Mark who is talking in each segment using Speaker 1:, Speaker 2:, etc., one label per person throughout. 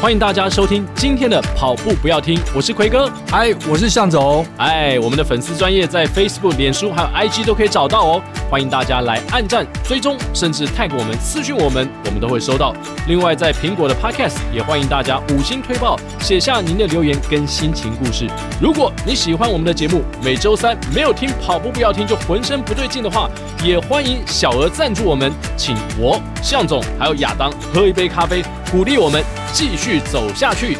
Speaker 1: 欢迎大家收听今天的跑步不要听，我是奎哥。
Speaker 2: 嗨，我是向总。
Speaker 1: 哎，我们的粉丝专业在 Facebook、脸书还有 IG 都可以找到哦，欢迎大家来按赞、追踪，甚至 tag 我们、私讯我们，我们都会收到。另外，在苹果的 Podcast 也欢迎大家五星推报，写下您的留言跟心情故事。如果你喜欢我们的节目，每周三没有听跑步不要听就浑身不对劲的话，也欢迎小额赞助我们，请我向总还有亚当喝一杯咖啡，鼓励我们继续走下去。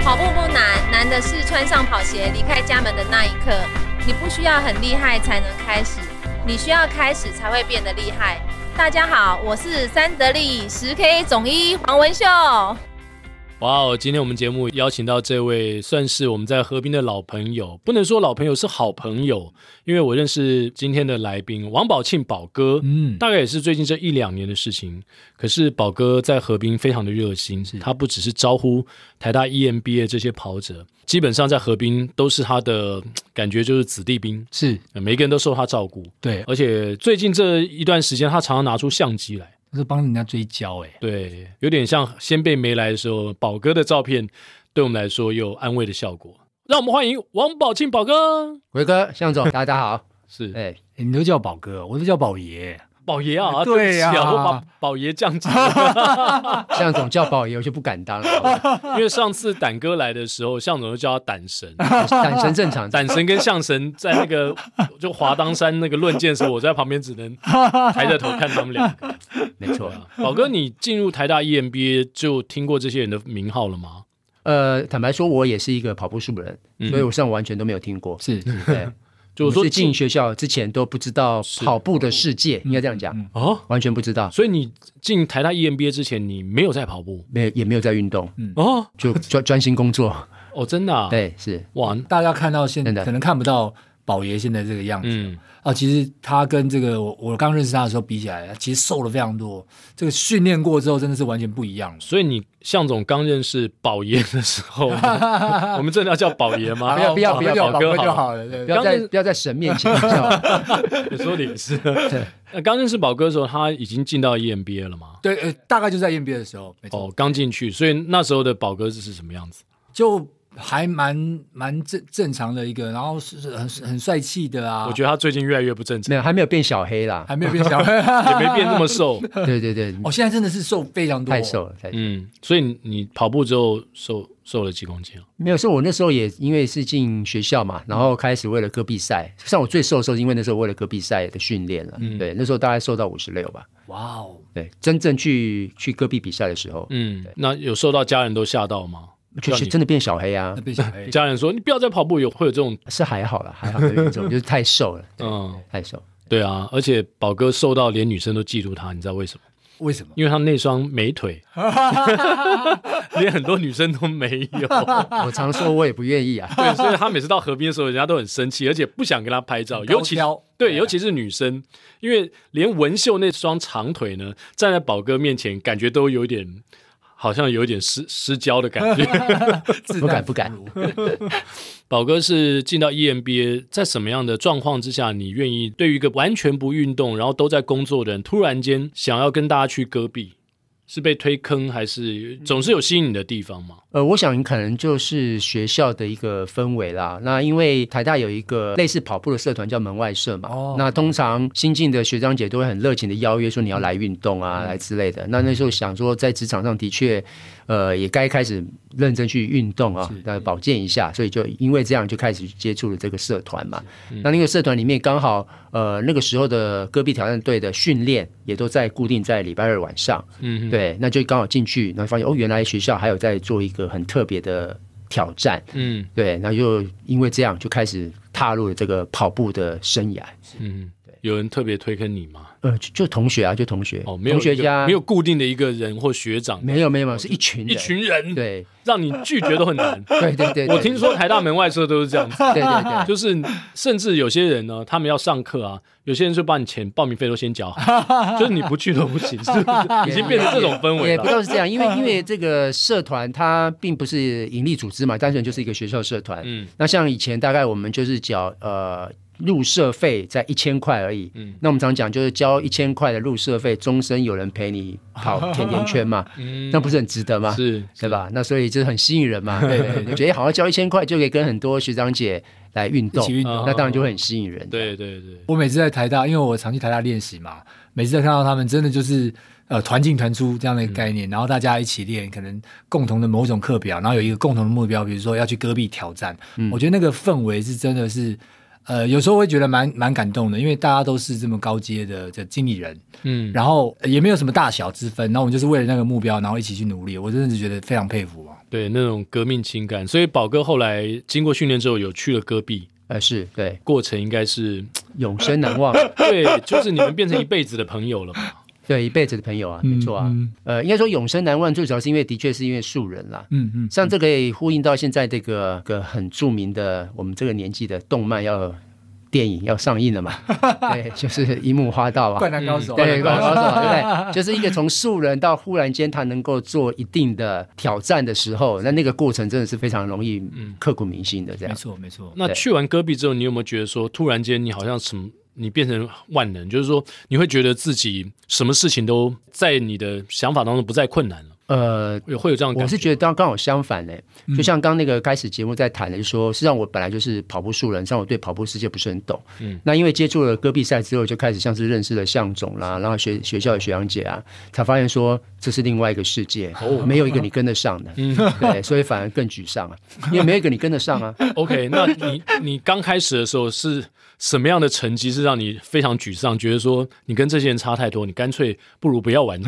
Speaker 3: 跑步不难，难的是穿上跑鞋离开家门的那一刻。你不需要很厉害才能开始，你需要开始才会变得厉害。大家好，我是三得利十 K 总一黄文秀。
Speaker 1: 哇哦！今天我们节目邀请到这位算是我们在河滨的老朋友，不能说老朋友是好朋友，因为我认识今天的来宾王宝庆宝哥，
Speaker 2: 嗯，
Speaker 1: 大概也是最近这一两年的事情。可是宝哥在河滨非常的热心，他不只是招呼台大 E EMBA 这些跑者，基本上在河滨都是他的感觉就是子弟兵，
Speaker 2: 是
Speaker 1: 每个人都受他照顾。
Speaker 2: 对，
Speaker 1: 而且最近这一段时间，他常常拿出相机来。
Speaker 2: 我是帮人家追焦哎、
Speaker 1: 对，有点像先辈没来的时候，宝哥的照片对我们来说有安慰的效果。让我们欢迎王宝庆宝哥，
Speaker 4: 伟哥、向总，大家好。
Speaker 1: 是
Speaker 4: 哎，
Speaker 2: 欸你都叫宝哥，我都叫宝爷。
Speaker 1: 宝爷啊，
Speaker 2: 对
Speaker 1: 呀、
Speaker 2: 呀
Speaker 1: 我把宝爷降级了，
Speaker 4: 向总叫宝爷，我就不敢当了。
Speaker 1: 因为上次胆哥来的时候，向总就叫他胆神，
Speaker 4: 胆神正常，
Speaker 1: 胆神跟象神在那个就华当山那个论剑的时候，我在旁边只能抬着头看他们两个。
Speaker 4: 没错。
Speaker 1: 宝哥，你进入台大 E EMBA 就听过这些人的名号了吗？
Speaker 4: 呃，坦白说，我也是一个跑步素人，
Speaker 1: 嗯
Speaker 4: 所以我上完全都没有听过。
Speaker 2: 是，
Speaker 4: 对，
Speaker 1: 就我
Speaker 4: 是
Speaker 1: 说
Speaker 4: 进学校之前都不知道跑步的世界，应该这样讲，
Speaker 2: 嗯
Speaker 1: 哦，
Speaker 4: 完全不知道，
Speaker 1: 所以你进台大 E EMBA 之前，你没有在跑步
Speaker 4: 没有也没有在运动，
Speaker 1: 哦？
Speaker 4: 就专专心工作。
Speaker 1: 哦，真的、啊？，
Speaker 4: 对，是
Speaker 1: 哇，
Speaker 2: 大家看到现
Speaker 4: 真的
Speaker 2: 可能看不到宝爷现在这个样子、
Speaker 1: 嗯，
Speaker 2: 啊。其实他跟这个我我刚认识他的时候比起来，他其实瘦了非常多。这个训练过之后，真的是完全不一样了。
Speaker 1: 所以你向总刚认识宝爷的时 候，我们真的要叫宝爷吗？
Speaker 4: 不要不要
Speaker 1: 哦
Speaker 4: 不要
Speaker 1: 宝哥
Speaker 2: 就
Speaker 1: 好了。
Speaker 2: 好了。对
Speaker 4: 不要
Speaker 1: 刚
Speaker 4: 在
Speaker 1: 认
Speaker 4: 不要在神面前叫。
Speaker 1: 你说的也是。
Speaker 4: 对
Speaker 1: 那刚认识宝哥的时候，他已经进到 E EMBA 了吗？
Speaker 2: 对，呃，大概就在 NBA 的时候，没错，
Speaker 1: 哦，刚进去，所以那时候的宝哥是什么样子？
Speaker 2: 就还蛮蛮正正常的一个，然后是是很很帅气的啊。
Speaker 1: 我觉得他最近越来越不 正
Speaker 4: 没
Speaker 1: 常，
Speaker 4: 有，还没有变小黑啦。
Speaker 2: 还没有变 小，
Speaker 1: 也没变那么瘦。
Speaker 4: 对对对，
Speaker 2: 哦，现在真的是瘦非常多，
Speaker 4: 太瘦了，太瘦了。
Speaker 1: 嗯，所以你你跑步之后瘦瘦了几公斤啊？
Speaker 4: 没有，是我那时候也因为是进学校嘛，然后开始为了歌比赛。像我最瘦的时候，因为那时候为了歌比赛的训练了，
Speaker 1: 嗯
Speaker 4: 对，那时候大概瘦到五十六吧。
Speaker 2: 哇哦，
Speaker 4: 对，真正去去戈壁比赛的时候，
Speaker 1: 嗯，那有受到家人都吓到吗？
Speaker 4: 就
Speaker 1: 叫
Speaker 4: 是
Speaker 1: 你
Speaker 4: 真的变小黑啊
Speaker 1: 嗯
Speaker 2: 那，变小黑
Speaker 1: 家人说你不要再跑步，有会有这种
Speaker 4: 是还好了，还好没有严重，就是太瘦了，对
Speaker 1: 嗯，
Speaker 4: 太瘦。
Speaker 1: 对啊，而且宝哥瘦到连女生都嫉妒他，你知道为什么？
Speaker 2: 为什么？
Speaker 1: 因为他那双美 腿，连很多女生都没 有。。
Speaker 4: 我常说，我也不愿意啊
Speaker 1: 对，所以他每次到河边的时候，人家都很生气，而且不想跟他拍照，
Speaker 2: 很
Speaker 1: 哦尤
Speaker 2: 高
Speaker 1: 其
Speaker 2: 挑啊
Speaker 1: 对，尤其是女生，因为连文秀那双长腿呢，站在宝哥面前，感觉都有点。好像有点失失焦的 感觉。
Speaker 2: 自
Speaker 4: 不敢
Speaker 2: 难
Speaker 4: 不敢
Speaker 2: 不如，
Speaker 1: 宝哥是进到 E EMBA，在什么样的状况之下，你愿意对于一个完全不运动，然后都在工作的人，突然间想要跟大家去戈壁，是被推坑还是总是有吸引你的地方吗？
Speaker 4: 呃，我想可能就是学校的一个氛围啦。那因为台大有一个类似跑步的社团叫门外社嘛，
Speaker 2: 哦
Speaker 4: 那通常新进的学长姐都会很热情的邀约说你要来运动啊，
Speaker 2: 嗯
Speaker 4: 来之类的。那那时候想说，在职场上的确，呃，也该开始认真去运动啊
Speaker 2: 是，
Speaker 4: 那保健一下。所以就因为这样就开始接触了这个社团嘛。
Speaker 2: 嗯
Speaker 4: 那那个社团里面刚好，呃，那个时候的戈壁挑战队的训练也都在固定在礼拜二晚上。
Speaker 1: 嗯，
Speaker 4: 对，那就刚好进去，然后发现哦，原来学校还有在做一个很特别的挑战，
Speaker 1: 嗯
Speaker 4: 对，那就因为这样就开始踏入了这个跑步的生涯。
Speaker 1: 嗯，有人特别推坑你吗？
Speaker 4: 呃，就就同学啊，就同学，
Speaker 1: 哦，没有
Speaker 4: 同学
Speaker 1: 一个
Speaker 4: 家
Speaker 1: 没有固定的一个人或学长，
Speaker 4: 没有没有没有是一群
Speaker 1: 一
Speaker 4: 人
Speaker 1: 群人，，
Speaker 4: 对
Speaker 1: 让你拒绝都很难。
Speaker 4: 对对对，对
Speaker 1: 我听说台大门外社都是这样 子，
Speaker 4: 对对对，
Speaker 1: 就是甚至有些人呢，他们要上课啊，有些人就把你钱报名费都先缴好， 就是你不去都不行，是不是？已经变成这种氛围
Speaker 4: 也不
Speaker 1: 了。
Speaker 4: 都是这样，因 为因为这个社团它并不是盈利组织嘛，单纯就是一个学校社团。
Speaker 1: 嗯
Speaker 4: 那像以前大概我们就是缴呃入社费在一千块而已。
Speaker 1: 嗯
Speaker 4: 那我们常讲就是交一千块的入社费，终身有人陪你跑甜甜圈嘛，
Speaker 1: 嗯
Speaker 4: 那不是很值得吗？
Speaker 1: 是
Speaker 4: 对吧？那所以就是很吸引人 嘛，对对对，觉得好像交一千块就可以跟很多学长姐来运
Speaker 2: 一
Speaker 4: 动
Speaker 2: 起，运
Speaker 1: 嗯
Speaker 2: 动。
Speaker 4: 那当然就会很吸引人。
Speaker 1: 对对对，
Speaker 2: 我每次在台大，因为我常去台大练习嘛，每次在看到他们，真的就是呃团进团出这样的一个概念，然后大家一起练，可能共同的某种课表，然后有一个共同的目标，比如说要去戈壁挑战。我觉得那个氛围是真的是，呃，有时候会觉得蛮蛮感动的，因为大家都是这么高阶的这经理人，
Speaker 1: 嗯，
Speaker 2: 然后呃也没有什么大小之分，然后我们就是为了那个目标，然后一起去努力，我真的是觉得非常佩服啊。
Speaker 1: 对那种革命情感，所以宝哥后来经过训练之后，有去了戈壁，
Speaker 4: 呃，是对，
Speaker 1: 过程应该是
Speaker 4: 永生难忘。
Speaker 1: 对，就是你们变成一辈子的朋友了 吧？
Speaker 4: 对一辈子的朋友啊，
Speaker 2: 嗯
Speaker 4: 没错啊。
Speaker 2: 嗯
Speaker 4: 呃，应该说永生难忘，最主要是因为的确是因为素人啦。
Speaker 2: 嗯嗯，
Speaker 4: 像这个也呼应到现在这个个很著名的我们这个年纪的动漫要电影要上映 了嘛？对，就是樱木花道啊
Speaker 2: 灌，篮高手，
Speaker 4: 对，灌篮高手，
Speaker 2: 对
Speaker 4: 对不对？就是一个从素人到忽然间他能够做一定的挑战的时候，那那个过程真的是非常容易刻骨铭心的
Speaker 2: 嗯
Speaker 4: 这
Speaker 2: 没
Speaker 4: 样。
Speaker 2: 错没错。
Speaker 1: 那去完戈壁之后，你有没有觉得说，突然间你好像什么，你变成万能，就是说你会觉得自己什么事情都在你的想法当中不再困难了，
Speaker 4: 呃，
Speaker 1: 有会有这样的感
Speaker 4: 我
Speaker 1: 觉？
Speaker 4: 是觉得刚刚好相反嘞、就像刚那个开始节目在谈的，就说实际上我本来就是跑步素人，实际上我对跑步世界不是很懂。
Speaker 1: 嗯
Speaker 4: 嗯，那因为接触了戈壁赛之后，就开始像是认识了向总啦，然后学学校的学长姐啊，才发现说这是另外一个世界，没有一个你跟得上的。嗯，对，所以反而更沮丧啊，因为没有一个你跟得上啊。
Speaker 1: OK，那你你刚开始的时候是什么样的成绩是让你非常沮丧，觉得说你跟这些人差太多，你干脆不如不要玩？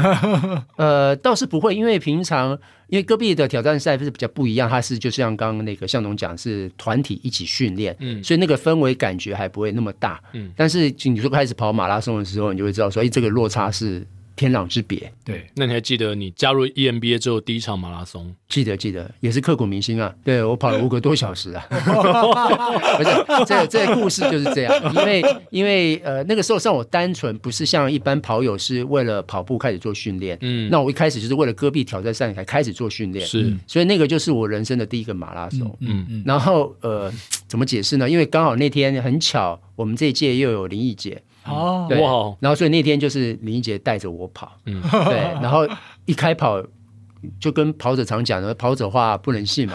Speaker 4: 呃，倒是不会，因为平常因为戈壁的挑战赛是比较不一样，它是就像刚刚那个向总讲，是团体一起训练，
Speaker 1: 嗯
Speaker 4: 嗯，所以那个氛围感觉还不会那么大，
Speaker 1: 嗯
Speaker 4: 嗯，但是你就开始跑马拉松的时候，你就会知道说，哎，这个落差是天壤之别。
Speaker 2: 对，
Speaker 1: 那你还记得你加入 E EMBA 之后第一场马拉松？
Speaker 4: 记得记得，也是刻骨铭心啊！对我跑了五个多小时啊， 不是这这个故事就是这样，因为因为呃那个时候像我单纯不是像一般跑友是为了跑步开始做训练，
Speaker 1: 嗯，
Speaker 4: 那我一开始就是为了戈壁挑战赛才开始做训练，
Speaker 1: 是
Speaker 4: 所以那个就是我人生的第一个马拉松。
Speaker 2: 嗯嗯，
Speaker 4: 然后呃，怎么解释呢？因为刚好那天很巧，我们这一届又有林毅姐，
Speaker 2: 哦，
Speaker 4: 对
Speaker 1: 哇，
Speaker 4: 然后所以那天就是林毅姐带着我跑，
Speaker 1: 嗯
Speaker 4: 对，然后一开跑。就跟跑者常讲的，跑者话不 能信嘛。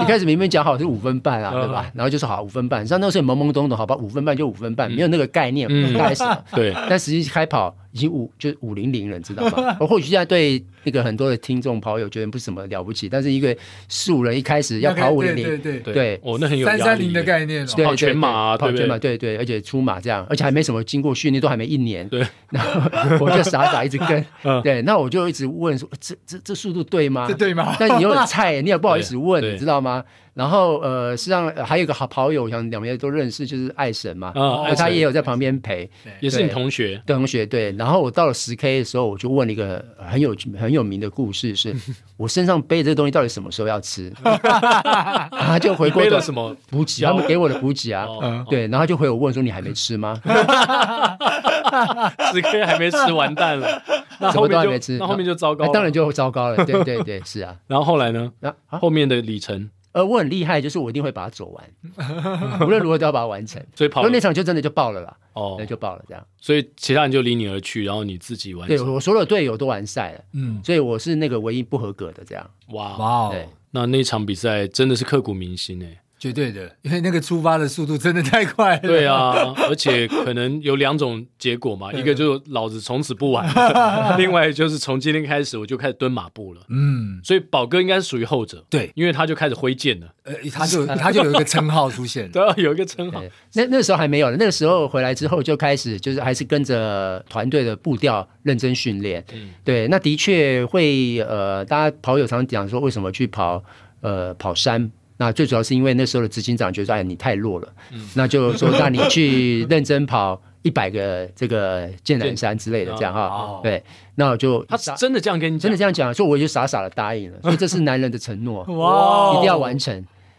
Speaker 4: 一开始明明讲好是五分半啊，
Speaker 1: 嗯
Speaker 4: 对吧？然后就说好五分半，像那时候也懵懵懂懂，好吧，五分半就五分半，没有那个概念，
Speaker 1: 嗯
Speaker 4: 大概是什么
Speaker 1: 对，
Speaker 4: 但实际开跑已经五就是五零零了，你知道 吗？我或许现在对那个很多的听众跑友觉得不是什么了不起，但是一个素人一开始要跑五零
Speaker 2: 对
Speaker 4: 零，
Speaker 2: 对对，
Speaker 4: 对
Speaker 1: 哦，那很有压
Speaker 2: 三
Speaker 1: 力
Speaker 2: 三零的概念哦，
Speaker 4: 对
Speaker 1: 跑
Speaker 4: 对
Speaker 1: 全马啊
Speaker 4: 对跑
Speaker 1: 对不
Speaker 4: 全
Speaker 1: 对
Speaker 4: 马，对对，而且出马这样，而且还没什么经过训练，都还没一年，
Speaker 1: 对，
Speaker 4: 然后我就傻傻一直跟
Speaker 1: 嗯，
Speaker 4: 对，那我就一直问说，这这这速度对吗
Speaker 2: 这？对吗？
Speaker 4: 但你又很菜，你也不好意思问，
Speaker 1: 对
Speaker 4: 你知道吗？然后呃，实际上呃还有一个好跑友，像两边都认识，就是爱神嘛，
Speaker 1: 啊，艾
Speaker 4: 他
Speaker 1: 辰
Speaker 4: 也有在旁边陪，
Speaker 1: 也是你
Speaker 4: 对
Speaker 1: 同学，
Speaker 4: 同学对，然后我到了十 K 的时候，我就问了一个很有很有名的故事 是，我身上背这个东西到底什么时候要吃？ 然后他就回
Speaker 1: 你
Speaker 4: 过
Speaker 1: 背
Speaker 4: 头
Speaker 1: 了什么？
Speaker 4: 补给，他们给我的补给啊，
Speaker 1: 哦，
Speaker 4: 对，然后他就回我问说你还没 吃吗？哎
Speaker 1: 十 K 还没吃，完蛋 了，那
Speaker 4: 什
Speaker 1: 后
Speaker 4: 么都
Speaker 1: 面
Speaker 4: 还
Speaker 1: 就
Speaker 4: 没吃，
Speaker 1: 那后面就糟糕
Speaker 4: 哎
Speaker 1: 了，
Speaker 4: 当然就糟糕 了，对对对，是啊，
Speaker 1: 然后后来呢？
Speaker 4: 那啊，
Speaker 1: 后面的里程，
Speaker 4: 呃，我很厉害，就是我一定会把它走 完，无论如何都要把它完成。
Speaker 1: 所以跑
Speaker 4: 然后那
Speaker 1: 了
Speaker 4: 场就真的就爆了啦，
Speaker 1: 哦
Speaker 4: 那，就爆了这样。
Speaker 1: 所以其他人就离你而去，然后你自己完
Speaker 4: 对
Speaker 1: 成。
Speaker 4: 我所有的队友都完赛了，
Speaker 2: 嗯，
Speaker 4: 所以我是那个唯一不合格的这样。
Speaker 1: 哇，
Speaker 2: 哇
Speaker 4: 对
Speaker 2: 哦，，
Speaker 1: 那那场比赛真的是刻骨铭心 哎。
Speaker 2: 绝对的，因为那个出发的速度真的太快了。
Speaker 1: 对啊，而且可能有两种结果 嘛，一个就是老子从此不玩了，另外就是从今天开始我就开始蹲马步了。
Speaker 2: 嗯，
Speaker 1: 所以宝哥应该是属于后者，
Speaker 2: 对，
Speaker 1: 因为他就开始挥剑了，，
Speaker 2: 呃，他 就他就有一个称号出现
Speaker 1: 都要有一个称号
Speaker 4: 对，那那时候还没有了，那个时候回来之后就开始，就是还是跟着团队的步调认真训练。
Speaker 1: 嗯
Speaker 4: 对，那的确会呃，大家跑友常讲说，为什么去跑呃跑山？那
Speaker 1: 嗯
Speaker 4: 最主要是因为那时候的执行长觉得，哎，你太弱了，那就说，那你去认真跑一百个这个剑南山之类的这样
Speaker 2: 哦
Speaker 4: 哈。对，那我就
Speaker 1: 他
Speaker 4: 傻
Speaker 1: 真的这样跟你讲
Speaker 4: 真的，这样讲，所以我就傻傻的答应了。所以这是男人的承 诺，
Speaker 2: 哇哦
Speaker 4: 一定要完成。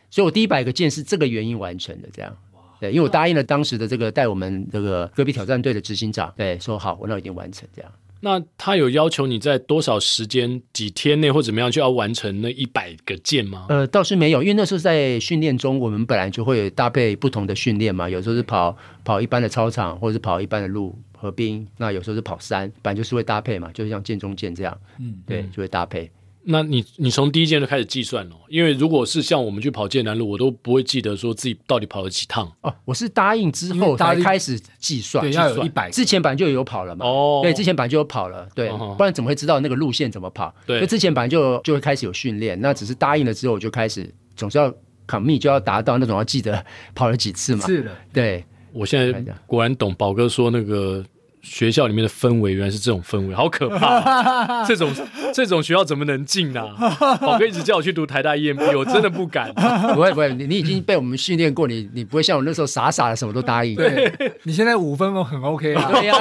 Speaker 4: 所以我第一百个剑是这个原因完成的，这样。对，因为我答应了当时的这个带我们这个戈壁挑战队的执行长，对，说好，我那我一定完成这样。
Speaker 1: 那他有要求你在多少时间、几天内或怎么样就要完成那一百个键
Speaker 2: 哦
Speaker 1: 吗？
Speaker 4: 呃，倒是没有，因为那时候在训练中，我们本来就会搭配不同的训练嘛，有时候是跑跑一般的操场，或者是跑一般的路河滨，那有时候是跑山，反正就是会搭配嘛，就是像剑中剑这样，
Speaker 2: 嗯
Speaker 4: 嗯，对，就会搭配。
Speaker 1: 那你你从第一件就开始计算了，哦因为如果是像我们去跑剑南路，我都不会记得说自己到底跑了几趟。
Speaker 4: 哦，我是答应之
Speaker 2: 因为
Speaker 4: 后
Speaker 2: 答
Speaker 4: 才
Speaker 2: 应
Speaker 4: 开始计算，
Speaker 2: 对，要有一百
Speaker 4: 之前本来就有跑了嘛。
Speaker 1: 哦
Speaker 4: 对，之前本来就有跑了，对
Speaker 1: 嗯哼，
Speaker 4: 不然怎么会知道那个路线怎么跑？
Speaker 1: 对
Speaker 4: 就之前本来就就会开始有训练，那只是答应了之后，我就开始总是要 commit 就要达到那种要记得跑了几次嘛。
Speaker 2: 次了，
Speaker 4: 对，
Speaker 1: 我现在果然懂宝哥说那个学校里面的氛围原来是这种氛围，好可怕 啊、这种这种学校怎么能进啊？宝哥一直叫我去读台大 EMB，我真的不敢。
Speaker 4: 不会不会，你你已经被我们训练过，你你不会像我那时候傻傻的什么都答 应。
Speaker 2: 对，你现在五分钟很 OK 啊，
Speaker 4: 对呀、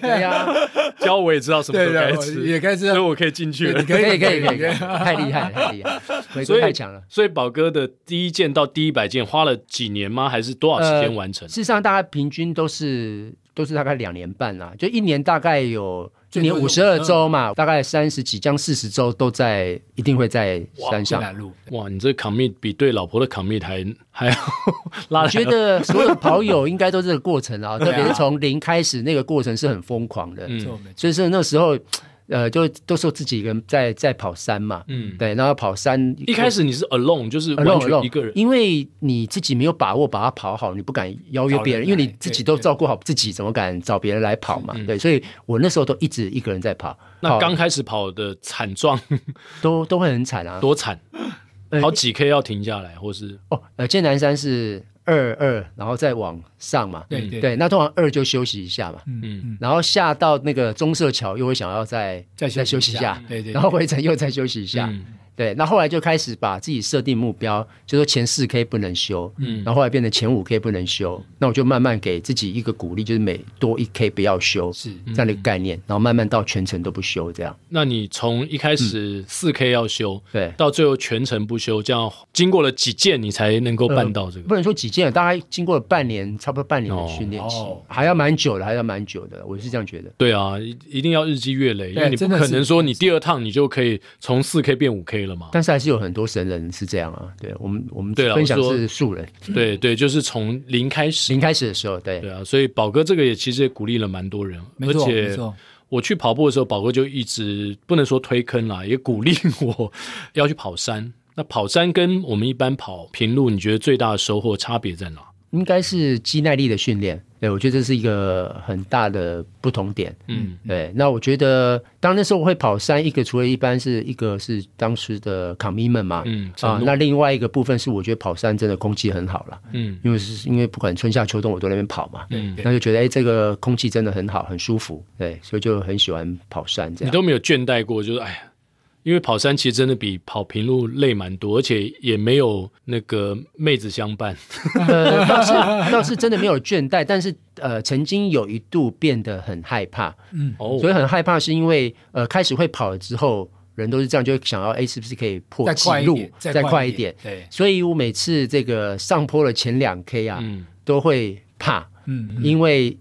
Speaker 4: 对呀、
Speaker 1: 教我也知道什么时候
Speaker 2: 对
Speaker 1: 该
Speaker 2: 对
Speaker 1: 吃，
Speaker 2: 也该知道
Speaker 1: 所以我可以进去
Speaker 2: 对
Speaker 1: 了
Speaker 2: 你。
Speaker 4: 可以可以可以，
Speaker 2: 可以
Speaker 4: 太厉害了太厉害了，回
Speaker 1: 所
Speaker 4: 归
Speaker 1: 以
Speaker 4: 太强了。
Speaker 1: 所以宝哥的第一件到第一百件花了几年吗？还是多少哦时间完成？
Speaker 4: 呃事实上，大家平均都是都是大概两年半啦，就一年大概有一年五十二周嘛，大概三十几将四十周都在，一定会在
Speaker 2: 剑
Speaker 4: 山上。
Speaker 2: 南路，
Speaker 1: 哇，你这 commit 比对老婆的 commit 还还要 拉
Speaker 4: 我
Speaker 1: 得
Speaker 4: 觉 得所有的跑友应该都是这个过程啊，
Speaker 2: 对啊
Speaker 4: 特别是从零开始那个过程是很疯狂的，
Speaker 1: 嗯
Speaker 2: 这我们
Speaker 4: 所以是那时候，呃，就都是自己一个人在在跑山嘛，
Speaker 1: 嗯，
Speaker 4: 对，然后跑山
Speaker 1: 一开。始你是 alone，就是完
Speaker 4: 嗯 alone
Speaker 1: 全一个人
Speaker 4: alone，。因呃为你自己没有把握把它跑好，你不敢邀约别人，
Speaker 2: 找人来
Speaker 4: 因为你自己都照顾好自己，怎么敢找别人来跑嘛？对，所以我那时候都一直一个人在跑，
Speaker 1: 那
Speaker 4: 跑
Speaker 1: 刚开始跑的惨状
Speaker 4: 嗯都都会很惨啊。
Speaker 1: 多惨，
Speaker 4: 呃
Speaker 1: 跑几 K 要停下来，或是
Speaker 4: 哦，呃，剑南山是二二，然后再往上嘛，
Speaker 2: 对对，
Speaker 4: 嗯对，那通常二就休息一下嘛，
Speaker 2: 嗯嗯，
Speaker 4: 然后下到那个棕色桥又会想要再
Speaker 2: 再
Speaker 4: 再休息一下，
Speaker 2: 对对，
Speaker 4: 然后回程又再休息一下，
Speaker 1: 嗯
Speaker 4: 对，那后来就开始把自己设定目标，就说前四 K 不能休，嗯，然后后来变成前五 K 不能休，那我就慢慢给自己一个鼓励，就是每多一 K 不要休，
Speaker 2: 是
Speaker 4: 这
Speaker 1: 嗯
Speaker 4: 样的一个概念，然后慢慢到全程都不休这样，
Speaker 1: 那你从一开始
Speaker 4: 嗯
Speaker 1: 四 K 要休，
Speaker 4: 对。
Speaker 1: 到最后全程不休，这样经过了几件你才能够办到这个。
Speaker 4: 呃不能说几件，大概经过了半年，差不多半年的训练期，
Speaker 2: 哦
Speaker 4: 还要蛮久的，还要蛮久的，我是这样觉得。
Speaker 1: 对啊，一一定要日积月累，因为你
Speaker 2: 对
Speaker 1: 不
Speaker 2: 真的
Speaker 1: 可
Speaker 2: 是
Speaker 1: 能说你第二趟你就可以从四 K 变五 K 了嘛。
Speaker 4: 但是还是有很多神人是这样啊，对我们我们
Speaker 1: 对啦
Speaker 4: 分享
Speaker 1: 我说
Speaker 4: 是素人，
Speaker 2: 嗯
Speaker 1: 对对，就是从零开始。
Speaker 4: 零开始的时候，对
Speaker 1: 对啊，所以宝哥这个也其实也鼓励了蛮多人，
Speaker 2: 没
Speaker 1: 而
Speaker 2: 错没
Speaker 1: 且
Speaker 2: 错，
Speaker 1: 我去跑步的时候，宝哥就一直不能说推坑啦，也鼓励我要去跑山。那跑山跟我们一般跑平路，你觉得最大的收获差别在哪？
Speaker 4: 应该是肌耐力的训练，对我觉得这是一个很大的不同点。
Speaker 1: 嗯，
Speaker 4: 对，那我觉得，当然那时候我会跑山，一个除了一般是一个是当时的 commitment 嘛，
Speaker 1: 嗯
Speaker 4: 啊
Speaker 1: 承，诺
Speaker 4: 那另外一个部分是我觉得跑山真的空气很好了，
Speaker 1: 嗯，
Speaker 4: 因为是因为不管春夏秋冬我都在那边跑嘛，
Speaker 2: 对
Speaker 4: 那就觉得哎这个空气真的很好，很舒服，对，所以就很喜欢跑山这
Speaker 1: 你
Speaker 4: 样。
Speaker 1: 都没有倦怠过，就是哎呀，因为跑山其实真的比跑平路累蛮多，而且也没有那个妹子相伴。
Speaker 4: 呃， 倒是倒是真的没有倦怠，但是呃，曾经有一度变得很害怕，
Speaker 1: 哦
Speaker 4: 所以很害怕是因为呃，开始会跑了之后，人都是这样，就会想要哎，是不是可以破
Speaker 2: 再
Speaker 4: 纪
Speaker 2: 快一
Speaker 4: 录
Speaker 2: 点，，
Speaker 4: 再快一点。
Speaker 2: 对，
Speaker 4: 所以我每次这个上坡的前两 K 啊，
Speaker 1: 嗯，
Speaker 4: 都会怕，
Speaker 2: 嗯，
Speaker 4: 因为嘖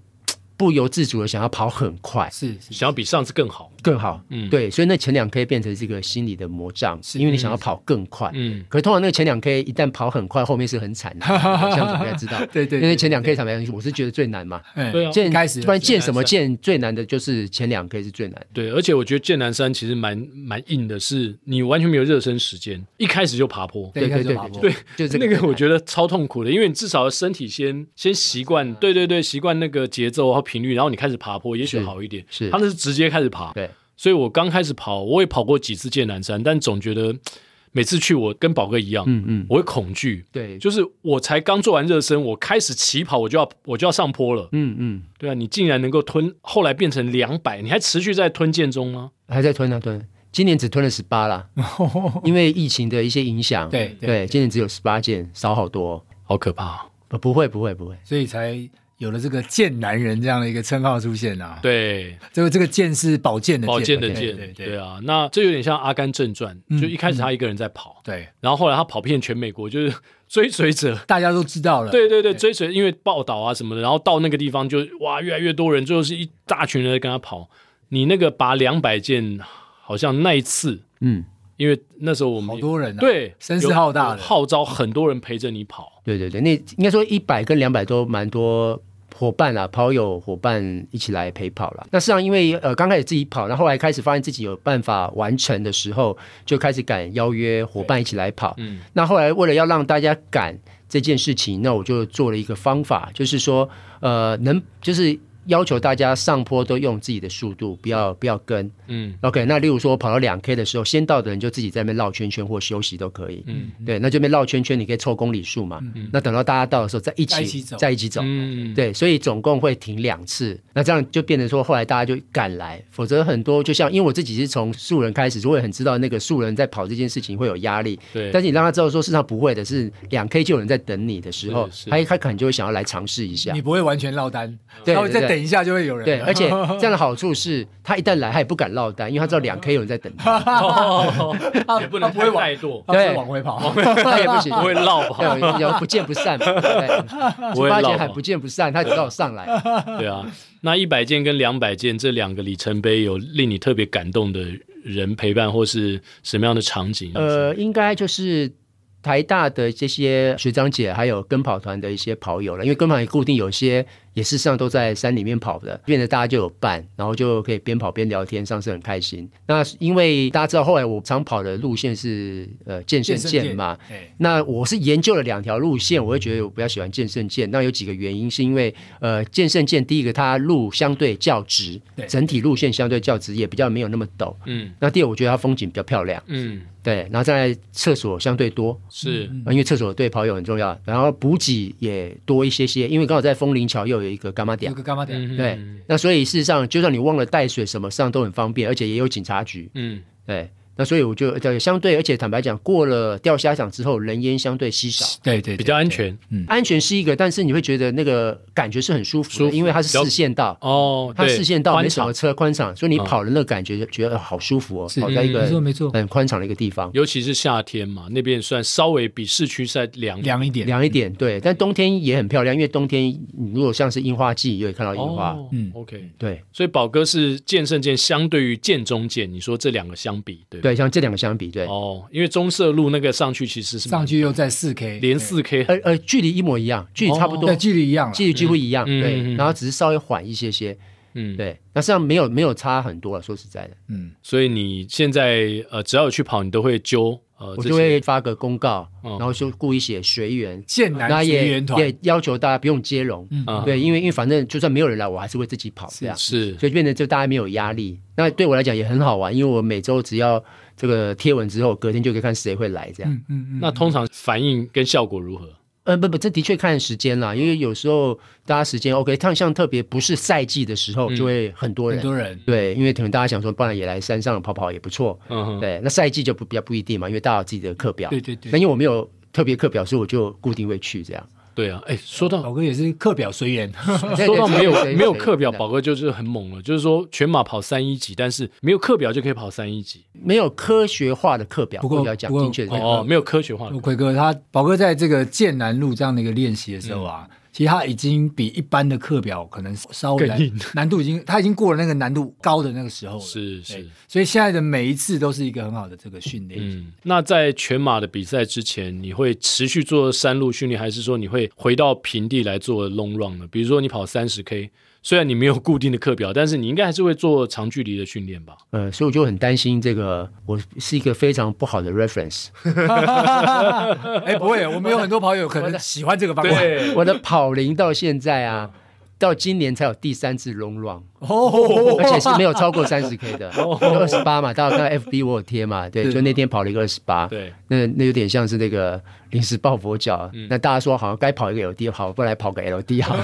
Speaker 4: 不由自主的想要跑很快
Speaker 2: 是是
Speaker 1: 想要比上次更好。
Speaker 4: 更好，
Speaker 1: 嗯
Speaker 4: 对，所以那前两 K 变成是一个心理的魔障，因为你想要跑更快，
Speaker 1: 嗯，
Speaker 4: 可是通常那个前两 K 一旦跑很快，后面是很惨的，像怎么才知道？
Speaker 2: 对对对
Speaker 4: 因为前两 K 坦白讲，我是觉得最难嘛。
Speaker 2: 哎
Speaker 1: 对啊
Speaker 4: 见
Speaker 2: 开始
Speaker 4: 不然见什么
Speaker 1: 是
Speaker 4: 见最难的就是前两 K 是最难的。
Speaker 1: 对，而且我觉得剑南山其实蛮蛮硬的是，你完全没有热身时间，一开始就爬坡。
Speaker 2: 对
Speaker 4: 对
Speaker 2: 开始
Speaker 4: 对
Speaker 2: 爬坡
Speaker 4: 对，就是这
Speaker 1: 那
Speaker 4: 个
Speaker 1: 个，我
Speaker 4: 得
Speaker 1: 觉得超痛苦的，因为你至少身体先先习惯，对对对，习惯那个节奏和频率，然后你开始爬坡，也许
Speaker 4: 嗯是
Speaker 1: 好一点。
Speaker 4: 是
Speaker 1: 他那是直接开始爬，
Speaker 4: 对。
Speaker 1: 所以我刚开始跑，我也跑过几次剑南山，但总觉得每次去我跟宝哥一样，
Speaker 4: 嗯嗯，
Speaker 1: 我会恐惧。
Speaker 4: 对，
Speaker 1: 就是我才刚做完热身，我开始起跑，我就要我就要上坡了。
Speaker 4: 嗯嗯，
Speaker 1: 对啊，你竟然能够吞，后来变成两百，你还持续在吞剑中吗？
Speaker 4: 还在吞啊吞，今年只吞了十八啦，因为疫情的一些影响。
Speaker 2: 对对
Speaker 4: 对，今年只有十八件，少好多哦。
Speaker 1: 好可怕、啊！
Speaker 4: 不不会不会不会，
Speaker 2: 所以才有了这个“健男人”这样的一个称号出现啊。，
Speaker 1: 对，
Speaker 2: 这个这个“健”是宝剑的“
Speaker 1: 宝剑的
Speaker 2: 对
Speaker 1: 剑
Speaker 2: 对，嗯对
Speaker 1: 对啊，那这有点像《阿甘正传》，就一开始他一个人在跑，
Speaker 2: 对，
Speaker 1: 然后后来他跑遍全美国，就是 追随者。
Speaker 2: 大家都知道了。
Speaker 1: 对对对，追随因为报道啊什么的，然后到那个地方就哇越来越多人，最后是一大群人在跟他跑。你那个拔两百件，好像那一次，
Speaker 4: 嗯，
Speaker 1: 因为那时候我们
Speaker 2: 好多人啊
Speaker 1: 对
Speaker 2: 声势浩大的
Speaker 1: 有号召很多人陪着你跑。
Speaker 4: 对对对，那应该说一百跟两百都蛮多伙伴啦，跑友伙伴一起来陪跑啦。那事实上，因为呃刚开始自己跑，然后后来开始发现自己有办法完成的时候，就开始敢邀约伙伴一起来跑。
Speaker 1: 嗯，
Speaker 4: 那后来为了要让大家敢这件事情，那我就做了一个方法，就是说，呃，能就是要求大家上坡都用自己的速度，不要不要跟。
Speaker 1: 嗯
Speaker 4: OK，那例如说跑到两 K 的时候，先到的人就自己在那边绕圈圈或休息都可以。
Speaker 1: 嗯
Speaker 4: 对，那这边绕圈圈，你可以凑公里数嘛。那等到大家到的时候，再一起
Speaker 2: 再一起走
Speaker 4: 再一起走
Speaker 1: 嗯，
Speaker 4: 对，所以总共会停两次。那这样就变成说，后来大家就敢来，否则很多就像因为我自己是从素人开始，所以我也很知道那个素人在跑这件事情会有压力。
Speaker 1: 对
Speaker 4: 但是你让他知道说，事实上不会的，是两 K 就有人在等你的时候
Speaker 1: 是是，
Speaker 4: 他他可能就会想要来尝试一下
Speaker 2: 你。不会完全落单，
Speaker 4: 对
Speaker 2: 稍微
Speaker 4: 对
Speaker 2: 再
Speaker 4: 对
Speaker 2: 等一下就会有人。
Speaker 4: 对，而 且这样的好处是他一旦来，他也不敢落单，因为他知道两 K 有人在等他。
Speaker 1: 哦，也不能
Speaker 2: 他不会
Speaker 1: 太
Speaker 2: 往
Speaker 1: 怠惰，
Speaker 2: 他不会
Speaker 4: 对
Speaker 2: 往回跑，
Speaker 4: 他也不行，
Speaker 1: 不会啊落跑。
Speaker 4: 对，有不见不散嘛，对，
Speaker 1: 不
Speaker 4: 猪
Speaker 1: 会
Speaker 4: 八
Speaker 1: 落
Speaker 4: 戒
Speaker 1: 跑
Speaker 4: 还不啊见不散，他只要上来，
Speaker 1: 对啊，那一百件跟两百件这两个里程碑有令你特别感动的人陪伴，或是什么样的场景？
Speaker 4: 呃，应该就是台大的这些学长姐，还有跟跑团的一些跑友了，因为跟跑也固定有些也事实上都在山里面跑的，变得大家就有伴，然后就可以边跑边聊天，上次很开心。那因为大家知道，后来我常跑的路线是呃健身健嘛，
Speaker 2: 哎，
Speaker 4: 那我是研究了两条路
Speaker 2: 嗯
Speaker 4: 线，我会觉得我比较喜欢剑圣剑。那有几个原因，是因为呃，剑圣剑第一个它路相对较直
Speaker 2: 对，
Speaker 4: 整体路线相对较直，也比较没有那么陡。
Speaker 1: 嗯
Speaker 4: 那第二，我觉得它风景比较漂亮，
Speaker 1: 嗯，
Speaker 4: 对。然后再来厕所相对多，
Speaker 1: 是
Speaker 2: 嗯
Speaker 4: 呃因为厕所对跑友很重要。然后补给也多一些些，因为刚好在枫林桥又有一个伽马点
Speaker 2: 有，个干嘛点？
Speaker 1: 嗯
Speaker 4: 对。那所以事实上，就算你忘了带水什么上都很方便，而且也有警察局。
Speaker 1: 嗯
Speaker 4: 对，那所以我就对相对，而且坦白讲，过了钓虾场之后，人烟相对稀少，
Speaker 2: 对对，
Speaker 1: 比
Speaker 2: 对
Speaker 1: 较安全
Speaker 4: 安全是一个，但是你会觉得那个感觉是很舒服的，
Speaker 1: 舒服
Speaker 4: 因为它是
Speaker 1: 比较
Speaker 4: 四线道，
Speaker 1: 哦，
Speaker 4: 它
Speaker 1: 对
Speaker 4: 四线道
Speaker 1: 宽
Speaker 4: 没什么
Speaker 1: 敞，
Speaker 4: 车宽敞，所以你
Speaker 1: 嗯
Speaker 4: 跑的那个感觉就觉得好舒服哦，
Speaker 2: 是
Speaker 4: 跑在
Speaker 2: 嗯
Speaker 4: 一
Speaker 2: 没错
Speaker 4: 个
Speaker 2: 没错，
Speaker 4: 很宽敞的一个地方，
Speaker 1: 尤其是夏天嘛，那边算稍微比市区再凉
Speaker 2: 凉一点，
Speaker 4: 凉一点。对，但冬天也很漂亮，因为冬天你如果像是樱花季，也会看到樱花。
Speaker 1: 哦
Speaker 2: 嗯
Speaker 1: ，OK。
Speaker 4: 对
Speaker 1: 所以宝哥是剑圣剑，相对于剑中剑，你说这两个相比，对不
Speaker 4: 对，像这两个相比，对，
Speaker 1: 哦，因为中社路那个上去其实是
Speaker 2: 上去又在四 K，
Speaker 1: 连四 K，
Speaker 4: 呃呃，距离一模一样，距离差不
Speaker 2: 哦
Speaker 4: 多，
Speaker 2: 对距离一样啊了。
Speaker 4: 距离几乎一样，
Speaker 1: 嗯
Speaker 4: 对，
Speaker 1: 嗯嗯
Speaker 4: 然后只是稍微缓一些些，
Speaker 1: 嗯，
Speaker 4: 对，那实际上没有没有差很多了，说实在的，
Speaker 2: 嗯，
Speaker 1: 所以你现在呃，只要有去跑，你都会揪呃，
Speaker 4: 我
Speaker 1: 这
Speaker 4: 就
Speaker 1: 些
Speaker 4: 会发个公告，
Speaker 1: 嗯
Speaker 4: 然后就故意写随缘，
Speaker 2: 剑
Speaker 4: 那
Speaker 2: 南学
Speaker 4: 也
Speaker 2: 员团，
Speaker 4: 也要求大家不用接龙，
Speaker 2: 嗯
Speaker 1: 啊
Speaker 4: 对，因为因为反正就算没有人来，我还是会自己跑这样，
Speaker 1: 是
Speaker 4: 所以变得就大家没有压力。那对我来讲也很好玩，因为我每周只要这个贴文之后，隔天就可以看谁会来这样。
Speaker 2: 嗯嗯嗯，
Speaker 1: 那通常反应跟效果如何？
Speaker 4: 呃，不不，这的确看时间啦，因为有时候大家时间 OK，像像特别不是赛季的时候，就会很多
Speaker 2: 很
Speaker 4: 人。
Speaker 2: 多人
Speaker 4: 对，因为可能大家想说，不然也来山上跑跑也不错。
Speaker 1: 嗯哼，
Speaker 4: 对，那赛季就不比较不一定嘛，因为大家有自己的课表。
Speaker 2: 对对对
Speaker 4: 那因为我没有特别课表，所以我就固定会去这样。
Speaker 1: 对啊，哎，说到
Speaker 2: 宝哥也是课表随缘，
Speaker 1: 说到没有
Speaker 4: 哦对对对
Speaker 1: 没有课表，
Speaker 4: 对
Speaker 1: 宝哥就是很猛了，就是说全马跑三一级，但是没有课表就可以跑三一级
Speaker 4: 没有科学化的课表，
Speaker 2: 不过
Speaker 4: 我比较讲
Speaker 2: 不过
Speaker 4: 精确的
Speaker 2: 对
Speaker 4: 讲。
Speaker 1: 哦，没有科学化的。
Speaker 2: 奎哥他宝哥在这个剑南路这样的一个练习的时候
Speaker 1: 嗯
Speaker 2: 啊，其实他已经比一般的课表可能稍微
Speaker 1: 更
Speaker 2: 难
Speaker 1: 硬
Speaker 2: 难度已经他已经过了那个难度高的那个时候了，
Speaker 1: 是
Speaker 2: 对
Speaker 1: 是，
Speaker 2: 所以现在的每一次都是一个很好的这个训练。
Speaker 1: 嗯，那在全马的比赛之前，你会持续做山路训练，还是说你会回到平地来做 long run 呢？比如说你跑三十 K，虽然你没有固定的课表，但是你应该还是会做长距离的训练吧？
Speaker 4: 呃，所以我就很担心这个，我是一个非常不好 的 reference。
Speaker 2: 哎，不会，我们有很多跑友可能喜欢这个方法。
Speaker 4: 我的跑龄到现在啊，到今年才有第三次 long run，
Speaker 2: 哦，
Speaker 4: 而且是没有超过三十 K 的，二十八嘛，大家看 FB 我有贴嘛，对，就那天跑了一个二十 八，
Speaker 1: 对，
Speaker 4: 那那有点像是那个临时抱佛脚。
Speaker 2: 嗯
Speaker 4: 那大家说好像该跑一个 LD 好，不然来跑个 LD 好。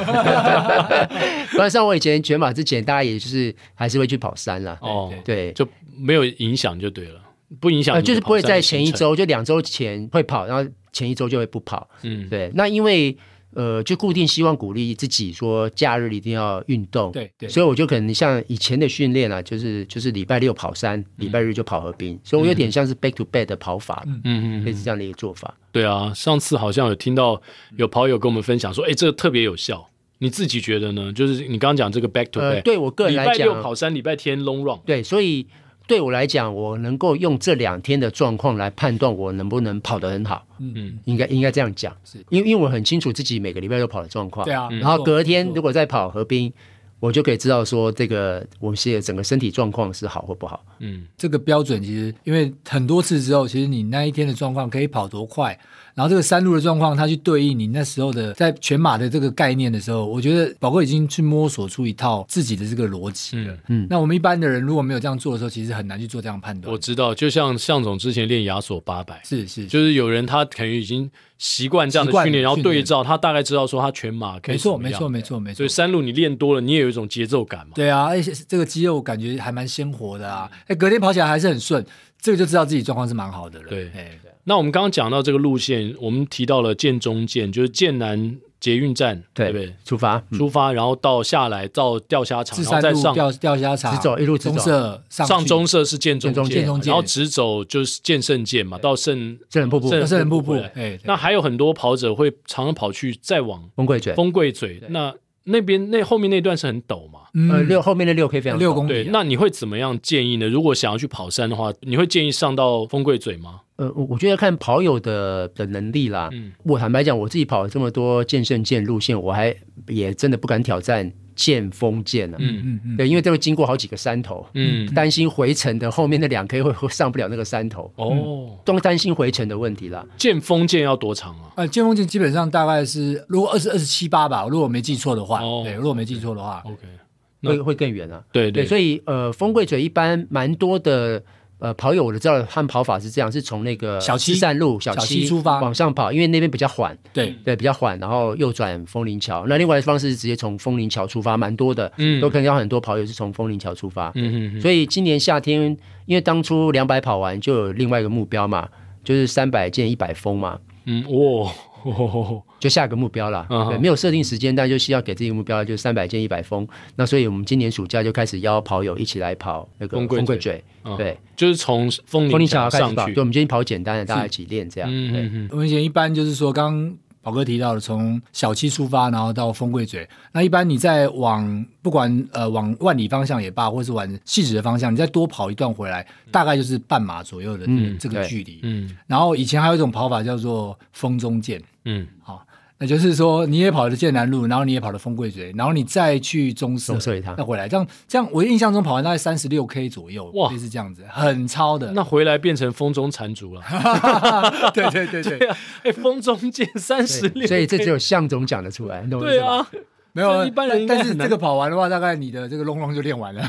Speaker 4: 不然像我以前全马之前，大家也就是还是会去跑山啦，
Speaker 1: 哦，
Speaker 4: 对。
Speaker 1: 就没有影响就对了，不影响
Speaker 4: 呃，
Speaker 1: 你的跑山的行程、
Speaker 4: 就是不会在前一周，就两周前会跑，然后前一周就会不跑。
Speaker 1: 嗯，
Speaker 4: 对，那因为呃，就固定希望鼓励自己说假日一定要运动。
Speaker 2: 对对
Speaker 4: 所以我就可能像以前的训练啊，就是就是礼拜六跑
Speaker 1: 嗯
Speaker 4: 山，礼拜日就跑河滨，所以我有点像是 back to back 的跑法，
Speaker 1: 嗯
Speaker 4: 类似这样的一个做法。
Speaker 1: 对啊，上次好像有听到有跑友跟我们分享说，哎，这个特别有效。你自己觉得呢？就是你刚刚讲这个 back to
Speaker 4: 呃，
Speaker 1: back，、
Speaker 4: 对我个人
Speaker 1: 礼
Speaker 4: 来
Speaker 1: 拜
Speaker 4: 讲，
Speaker 1: 六跑山，礼拜天 long run。
Speaker 4: 对，所以对我来讲，我能够用这两天的状况来判断我能不能跑得很好。
Speaker 1: 嗯
Speaker 4: 嗯，应该应该这样讲，
Speaker 2: 是
Speaker 4: 因为因为我很清楚自己每个礼拜六跑的状况。
Speaker 2: 对啊，
Speaker 1: 嗯
Speaker 2: 没
Speaker 4: 然后
Speaker 2: 错
Speaker 4: 隔天
Speaker 2: 没错
Speaker 4: 如果再跑河滨，我就可以知道说这个我是整个身体状况是好或不好。
Speaker 1: 嗯，
Speaker 2: 这个标准其实，因为很多次之后，其实你那一天的状况可以跑多快，然后这个山路的状况，它去对应你那时候的在全马的这个概念的时候，我觉得宝哥已经去摸索出一套自己的这个逻辑了。
Speaker 4: 嗯嗯
Speaker 2: 那我们一般的人如果没有这样做的时候，其实很难去做这样判断
Speaker 1: 我。知道，就像向总之前练亚索八百，
Speaker 2: 是是，
Speaker 1: 就是有人他可能已经习惯这样的训练，
Speaker 2: 习惯了
Speaker 1: 然后
Speaker 2: 训练
Speaker 1: 对照他大概知道说他全马可以
Speaker 2: 没错
Speaker 1: 怎么
Speaker 2: 没
Speaker 1: 样
Speaker 2: 错没错没错
Speaker 1: 所以。山路你练多了，你也有一种节奏感嘛。
Speaker 2: 对啊，而且这个肌肉感觉还蛮鲜活的啊，哎，隔天跑起来还是很顺，这个就知道自己状况是蛮好的了。
Speaker 1: 对
Speaker 2: 哎
Speaker 1: 那我们刚刚讲到这个路线，我们提到了建中建，就是建南捷运站，对不对？
Speaker 4: 出发、嗯
Speaker 1: 出发，然后到下来到钓虾场，
Speaker 2: 至
Speaker 1: 然后
Speaker 2: 山
Speaker 1: 再
Speaker 2: 嗯路
Speaker 1: 上
Speaker 2: 掉掉虾场，
Speaker 4: 直走一路直走
Speaker 2: 棕色上
Speaker 1: 上
Speaker 2: 去
Speaker 1: 中社是建中
Speaker 4: 建中
Speaker 1: 建
Speaker 2: 建中建
Speaker 1: 然后直走就是建圣建嘛，到圣
Speaker 4: 圣人瀑布
Speaker 1: 圣
Speaker 2: 圣人瀑布
Speaker 1: 回来
Speaker 2: 哎对
Speaker 1: 那还有很多跑者会常常跑去再往
Speaker 4: 崩溃嘴，
Speaker 1: 丰贵嘴，那那边那后面那段是很陡嘛？
Speaker 2: 嗯
Speaker 4: 呃，六后面的六 K 非常
Speaker 2: 六
Speaker 4: 陡
Speaker 2: 公
Speaker 1: 对，
Speaker 2: 里啊，
Speaker 1: 那你会怎么样建议呢？如果想要去跑山的话，你会建议上到丰贵嘴吗？
Speaker 4: 呃，我我觉得看跑友的的能力啦。
Speaker 1: 嗯
Speaker 4: 我坦白讲，我自己跑了这么多剑圣剑路线，我还也真的不敢挑战剑锋剑了、啊
Speaker 1: 嗯
Speaker 2: 嗯嗯。
Speaker 4: 对，因为这会经过好几个山头，
Speaker 1: 嗯，
Speaker 4: 担心回程的后面那两 K 会会上不了那个山头，
Speaker 1: 哦，
Speaker 4: 都担心回程的问题啦。
Speaker 1: 建丰建要多长啊？
Speaker 2: 呃，剑锋剑基本上大概是，如果二十二十七八吧，如果我没记错的话，
Speaker 1: 哦
Speaker 2: 对，如果我没记错的话，
Speaker 1: OK，那哦
Speaker 4: 会会更远啊。
Speaker 1: 对
Speaker 4: 对，
Speaker 1: 对，
Speaker 4: 所
Speaker 1: 以
Speaker 4: 以呃，风贵嘴一般蛮多的呃跑友，我知道的他们跑法是这样，是从那个
Speaker 2: 小七
Speaker 4: 七站路小
Speaker 2: 小七出发
Speaker 4: 往上跑，因为那边比较缓，
Speaker 2: 对，
Speaker 4: 对，比较缓，然后右转枫林桥。那另外的方式是直接从枫林桥出发，蛮多的，
Speaker 1: 嗯
Speaker 4: 都可能有很多跑友是从枫林桥出发。
Speaker 1: 嗯嗯嗯，
Speaker 4: 所以今年夏天，因为当初两百跑完就有另外一个目标嘛，就是三百见一百峰嘛，
Speaker 1: 嗯哇 哦，
Speaker 4: 就下个目标啦。
Speaker 1: 嗯
Speaker 4: 对，没有设定时间，但就是要给自己一个目标，就是三百件一百封。那所以我们今年暑假就开始邀跑友一起来跑那个
Speaker 1: 风
Speaker 4: 风
Speaker 1: 柜
Speaker 4: 柜
Speaker 1: 嘴
Speaker 4: 嘴，
Speaker 1: 嗯
Speaker 4: 对，
Speaker 1: 就是从枫
Speaker 4: 风
Speaker 1: 林
Speaker 4: 铃
Speaker 1: 桥
Speaker 4: 桥开始
Speaker 1: 上
Speaker 4: 跑。
Speaker 1: 去
Speaker 4: 对，，我们今天跑简单的，大家一起练这样。
Speaker 1: 嗯
Speaker 4: 对，
Speaker 1: 嗯嗯，
Speaker 2: 我们以前一般就是说，刚刚宝哥提到的，从小七出发，然后到丰贵嘴，那一般你再往不管呃往万里方向也罢，或是往细指的方向，你再多跑一段回来，大概就是半马左右的
Speaker 4: 嗯
Speaker 2: 这个
Speaker 4: 对
Speaker 2: 距离。
Speaker 1: 嗯
Speaker 2: 然后以前还有一种跑法叫做风中剑，
Speaker 1: 嗯
Speaker 2: 那就是说你也跑了剑南路，然后你也跑了丰贵嘴，然后你再去中社，
Speaker 4: 棕色一趟
Speaker 2: 再回来，这样这样，我印象中跑完大概三十六 K 左右，
Speaker 1: 哇
Speaker 2: 类似这样子，很超的。
Speaker 1: 那回来变成风中残烛 了。
Speaker 2: 对对对对，
Speaker 1: 对啊，哎，风中剑三十
Speaker 4: 对
Speaker 1: 六，
Speaker 4: 所以这只有向总讲得出来，你懂我意
Speaker 1: 对
Speaker 4: 思吧？
Speaker 1: 啊，
Speaker 2: 没有
Speaker 1: 这一般人应该
Speaker 2: 但
Speaker 1: 很
Speaker 2: 但是
Speaker 1: 难
Speaker 2: 这个跑完的话，大概你的这个隆隆就练完了，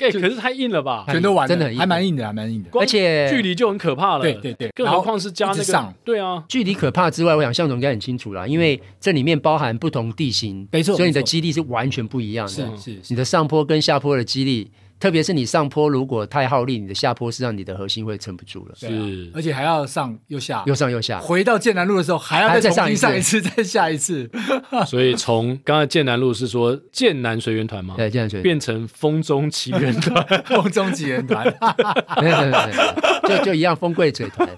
Speaker 1: 哎，可是太硬了吧？
Speaker 2: 全都完了，
Speaker 4: 真的很硬
Speaker 2: 还蛮硬的，还蛮硬的。
Speaker 1: 光
Speaker 4: 而且
Speaker 1: 距离就很可怕了。
Speaker 2: 对对对
Speaker 1: 更
Speaker 2: 然
Speaker 1: 何
Speaker 2: 后
Speaker 1: 况是加
Speaker 2: 一
Speaker 1: 那
Speaker 2: 直
Speaker 1: 个
Speaker 2: 上
Speaker 1: 对啊，
Speaker 4: 距离可怕之外，我想向总应该很清楚啦，因为这里面包含不同地形，
Speaker 2: 没错
Speaker 4: 所以你的
Speaker 2: 没错
Speaker 4: 肌力是完全不一样的。
Speaker 2: 是是是，
Speaker 4: 你的上坡跟下坡的肌力，特别是你上坡如果太耗力，你的下坡是让你的核心会撑不住了，
Speaker 2: 对啊
Speaker 1: 是
Speaker 2: 而且还要上又下，
Speaker 4: 又上又下。
Speaker 2: 回到剑南路的时候还要
Speaker 4: 还
Speaker 2: 再
Speaker 4: 再
Speaker 2: 重
Speaker 4: 上
Speaker 2: 新
Speaker 4: 一
Speaker 2: 上一次，再下一次。
Speaker 1: 所以从刚才剑南路是说剑南随缘团吗？
Speaker 4: 对，这样学。
Speaker 1: 变成风中奇缘 团。
Speaker 2: 梦中几人团，
Speaker 4: 没有没有没有没有，就就一样风柜嘴团，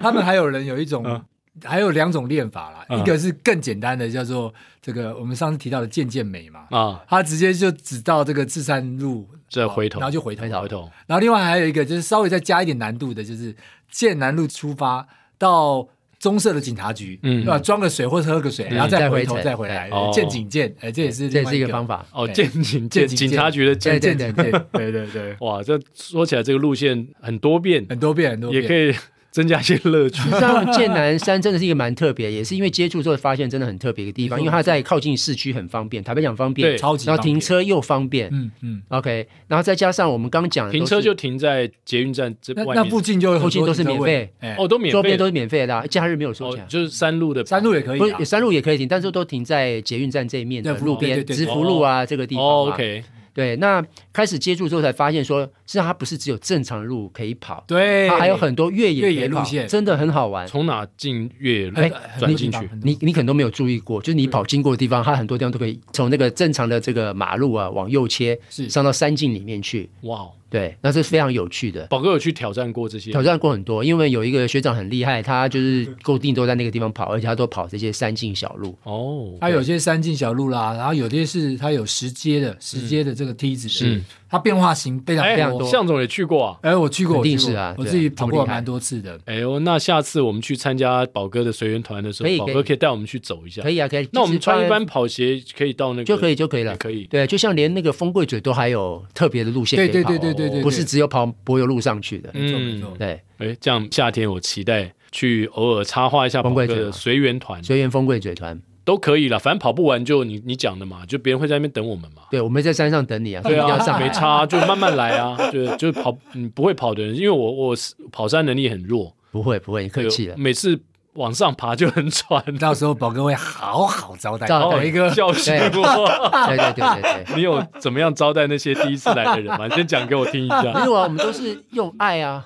Speaker 2: 他们还有人有一种，还有两种练法啦，
Speaker 1: 嗯
Speaker 2: 一个是更简单的，叫做这个我们上次提到的渐渐美嘛，
Speaker 1: 啊，
Speaker 2: 他直接就只到这个至善路，哦
Speaker 1: 再回头
Speaker 2: 然后就回头，
Speaker 1: 回。头，
Speaker 2: 然后另外还有一个就是稍微再加一点难度的，就是剑南路出发到。棕色的警察局，
Speaker 1: 嗯
Speaker 2: 对吧？装个水或者喝个水，
Speaker 1: 嗯
Speaker 2: 然后再回
Speaker 4: 再
Speaker 2: 头
Speaker 4: 回程
Speaker 2: 再回来
Speaker 1: 对哦，
Speaker 2: 见警见，哎，这也是另
Speaker 4: 这也
Speaker 2: 外
Speaker 4: 是一
Speaker 2: 一
Speaker 4: 个方，法。
Speaker 1: 哦，
Speaker 2: 对
Speaker 1: 剑警剑
Speaker 2: 剑警
Speaker 1: 警察局的剑
Speaker 2: 对对
Speaker 1: 剑。
Speaker 2: 对对对对对，
Speaker 1: 哇，这说起来这个路线很多变，
Speaker 2: 很多遍很多
Speaker 1: 也
Speaker 2: 遍，
Speaker 1: 可以增加一些乐趣。
Speaker 4: 实际上，剑南山真的是一个蛮特别，也是因为接触之后发现真的很特别一个地方，因为它在靠近市区很方便，坦白讲方
Speaker 1: 对
Speaker 4: 便，
Speaker 2: 超级
Speaker 4: 然
Speaker 2: 方
Speaker 4: 后
Speaker 2: 便
Speaker 4: 停，车又方便。
Speaker 2: 嗯嗯，
Speaker 4: OK，然后再加上我们刚讲的都
Speaker 1: 停
Speaker 4: 是
Speaker 1: 车就停在捷运站这
Speaker 2: 那
Speaker 1: 外
Speaker 2: 那
Speaker 1: 面，
Speaker 2: 附近就有很多
Speaker 4: 附近都
Speaker 2: 停
Speaker 4: 是
Speaker 2: 车
Speaker 4: 免
Speaker 2: 位
Speaker 4: 费，
Speaker 2: 哎
Speaker 1: 哦，都免
Speaker 4: 周
Speaker 1: 费
Speaker 4: 边
Speaker 1: 的
Speaker 4: 都是免费的啊，假日没有收
Speaker 1: 哦
Speaker 4: 钱，。
Speaker 1: 就是山路的
Speaker 2: 山路也可
Speaker 4: 不
Speaker 2: 以、啊
Speaker 4: 是，山路也可以停，但是都停在捷运站这一面的
Speaker 2: 在服务
Speaker 4: 路边
Speaker 2: 对对对
Speaker 4: 直福路啊这个地方啊。
Speaker 1: 哦，OK，
Speaker 4: 对对，那开始接触之后才发现说，实际上它不是只有正常的路可以跑，
Speaker 2: 对，
Speaker 4: 它还有很多越野
Speaker 2: 越
Speaker 4: 可以
Speaker 2: 野路
Speaker 4: 跑
Speaker 2: 线
Speaker 4: 真的很好玩。
Speaker 1: 从哪进越野路
Speaker 2: 哎很
Speaker 1: 转进去，
Speaker 4: 哎你你可能都没有注意过，就是你跑经过的地方，它很多地方都可以从那个正常的这个马路啊往右切，
Speaker 2: 是
Speaker 4: 上到山径里面去。
Speaker 1: 哇哦！
Speaker 4: 对，那是非常有趣的。
Speaker 1: 宝哥有去挑战过这些
Speaker 4: 挑战过很多，因为有一个学长很厉害，他就是固定都在那个地方跑，而且他都跑这些山径小路。
Speaker 1: 哦，
Speaker 2: 它有些山径小路啦，然后有些是它有石阶
Speaker 4: 嗯
Speaker 2: 的，石阶的这个梯子的，
Speaker 1: 是
Speaker 2: 它变化型非常
Speaker 1: 哎
Speaker 2: 非常多。
Speaker 1: 向总也去过啊。
Speaker 2: 哎，我去过，
Speaker 4: 肯定
Speaker 2: 我去过
Speaker 4: 是啊
Speaker 2: 我
Speaker 4: 对
Speaker 2: 自己
Speaker 4: 这
Speaker 2: 跑
Speaker 4: 么
Speaker 2: 过
Speaker 4: 厉害
Speaker 2: 蛮多次的。
Speaker 1: 哎呦，那下次我们去参加宝哥的随缘团的时
Speaker 4: 可
Speaker 1: 候，
Speaker 4: 以
Speaker 1: 宝
Speaker 4: 可
Speaker 1: 哥
Speaker 4: 以
Speaker 1: 可以带我们去走一下。
Speaker 4: 可以啊，可以。
Speaker 1: 那我们穿一
Speaker 4: 般
Speaker 1: 般跑鞋可以到那个
Speaker 4: 就可以就可以了
Speaker 1: 也。可以。
Speaker 4: 对，就像连那个风柜嘴都还有特别的路线可以跑，哦
Speaker 2: 对对对对对对对
Speaker 4: 不是只有跑柏油路上去的。
Speaker 2: 没错
Speaker 1: 嗯
Speaker 2: 没错，
Speaker 4: 对，
Speaker 1: 哎，这样夏天我期待去偶尔插画一下宝哥
Speaker 4: 光棍节
Speaker 1: 的
Speaker 4: 嘛
Speaker 1: 随缘团
Speaker 4: 随缘风柜嘴团，
Speaker 1: 都可以了，反正跑不完就你你讲的嘛，就别人会在那边等我们嘛。
Speaker 4: 对，我们在山上等你啊，所以
Speaker 1: 对
Speaker 4: 一定
Speaker 1: 啊
Speaker 4: 要，上
Speaker 1: 没
Speaker 4: 来。
Speaker 1: 差，就慢慢来啊。 对，就是跑，嗯，不会跑的人，因为我我是跑山能力很弱，
Speaker 4: 不会不会，你客气了
Speaker 1: 对。每次往上爬就很 喘，
Speaker 2: 到时候宝哥会好好招待哎
Speaker 4: 招待
Speaker 2: 宝一个。
Speaker 1: 教训我。
Speaker 4: 对对对对对，
Speaker 1: 你有怎么样招待那些第一次来的人吗？你先讲给我听一
Speaker 4: 没
Speaker 1: 下。
Speaker 4: 有啊，我们都是用爱啊。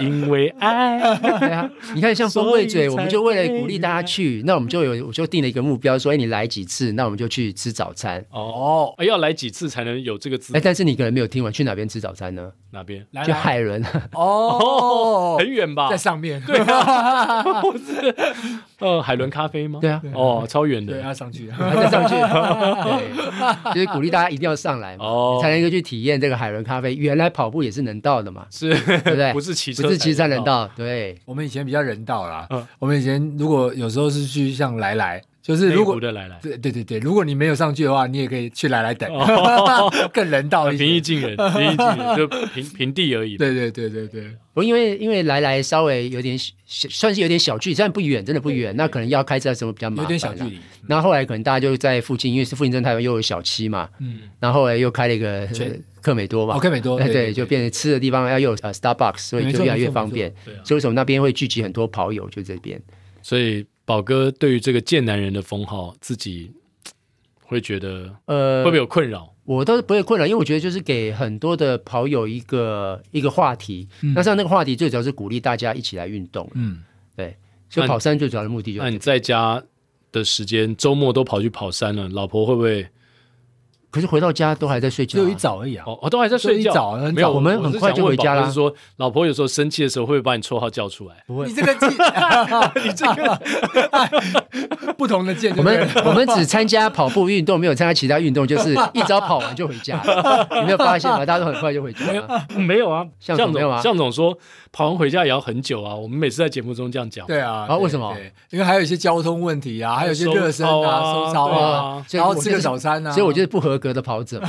Speaker 1: 因为爱，
Speaker 4: 对啊，你看像风味
Speaker 1: 所以
Speaker 4: 嘴，
Speaker 1: 才
Speaker 4: 我们就为了鼓励大家去，那我们就有我就定了一个目标，说哎你来几次，那我们就去吃早餐。
Speaker 2: 哦，
Speaker 1: 哎要来几次才能有这个资
Speaker 4: 哎，？但是你可能没有听完，去哪边吃早餐呢？
Speaker 1: 哪边？
Speaker 2: 来
Speaker 4: 去啊
Speaker 2: 来
Speaker 4: 海哎伦，
Speaker 2: 哦，
Speaker 1: 很远吧
Speaker 2: 在？ 上面，对啊，
Speaker 1: 呃，海伦咖啡吗？
Speaker 4: 对啊，
Speaker 1: 哦，超远
Speaker 2: 对，啊
Speaker 1: 的。
Speaker 2: 要上去。
Speaker 4: 还再上去，对，就是鼓励大家一定要上来嘛，
Speaker 1: 哦
Speaker 4: 才能够去体验这个海伦咖啡。原来跑步也是能到的嘛，
Speaker 1: 是，
Speaker 4: 对不对？
Speaker 1: 不是骑车，哦
Speaker 4: 不是骑车能。到，对，
Speaker 2: 我们以前比较人道啦
Speaker 1: 嗯，
Speaker 2: 我们以前如果有时候是去像来来，就是
Speaker 1: 内
Speaker 2: 如果
Speaker 1: 湖的来来，
Speaker 2: 对对对对，如果你没有上去的话，你也可以去来来等，
Speaker 4: 哦
Speaker 2: 更人道一
Speaker 1: 平易
Speaker 2: 些。
Speaker 1: 近人，平易近人，就平平地而已。
Speaker 2: 对对对对对，
Speaker 4: 我因为因为来来稍微有点小小算是有点小距离，虽然不远，真的不远，那可能要开车什么比较麻烦，
Speaker 2: 有点小距。离，
Speaker 4: 那后来可能大家就在附近，因为是附近正太又有小七嘛，
Speaker 2: 嗯
Speaker 4: 嗯，然后后来又开了一个
Speaker 2: 全
Speaker 4: 呃克美多嘛，
Speaker 2: 哦克美多
Speaker 4: 哎
Speaker 2: 对对
Speaker 4: 对，
Speaker 2: 对
Speaker 4: 就变成吃的地方要有呃 Starbucks，所以
Speaker 2: 没
Speaker 4: 就
Speaker 2: 错
Speaker 4: 越来
Speaker 2: 没
Speaker 4: 越
Speaker 2: 错
Speaker 4: 方
Speaker 2: 没错
Speaker 4: 便
Speaker 1: 对啊，
Speaker 4: 所以为什么那边会聚集很多跑友，就这边。
Speaker 1: 所以宝哥对于这个贱男人的封号，自己嘖会觉得会
Speaker 4: 呃
Speaker 1: 不，会有困扰？
Speaker 4: 我倒是不会困扰，因为我觉得就是给很多的跑友一个一个话题，那像那个话题最主要是鼓励大家一起来运动，
Speaker 2: 嗯，
Speaker 4: 对，所以跑山最主要的目的就
Speaker 1: 那
Speaker 4: 是
Speaker 1: 你在家的时间，周末都跑去跑山了，老婆会不会？
Speaker 4: 可是回到家都还在睡
Speaker 2: 只
Speaker 4: 觉啊、
Speaker 2: 有一早而已啊。
Speaker 1: 哦，我都还在睡觉，
Speaker 2: 就一早很早
Speaker 1: 没有，
Speaker 4: 我们
Speaker 1: 是
Speaker 4: 很快就回家啦
Speaker 1: 想问宝哥是说，老婆有时候生气的时候，会不会把你绰号叫出 来？
Speaker 4: 不会
Speaker 2: 你这个剑，你这个 不同的剑，
Speaker 4: 我们我们只参加跑步运动，没有参加其他运动，就是一早跑完就回家了。你没有发现吗？大家都很快就回家了。
Speaker 1: 没有啊，
Speaker 4: 向总
Speaker 1: 向
Speaker 4: 没有啊
Speaker 1: 向总说跑完回家也要很久啊。我们每次在节目中这样讲，
Speaker 2: 对啊，
Speaker 4: 啊为
Speaker 2: 对
Speaker 4: 什么？哎
Speaker 2: 对因为还有一些交通问题啊，还有一些
Speaker 1: 收
Speaker 2: 热身
Speaker 1: 操
Speaker 2: 啊、
Speaker 1: 啊
Speaker 2: 收操
Speaker 1: 对
Speaker 2: 啊
Speaker 1: 啊，
Speaker 4: 所以
Speaker 2: 然后
Speaker 4: 我就是
Speaker 2: 吃个早餐啊，
Speaker 4: 所以我就是不合格的跑者嘛。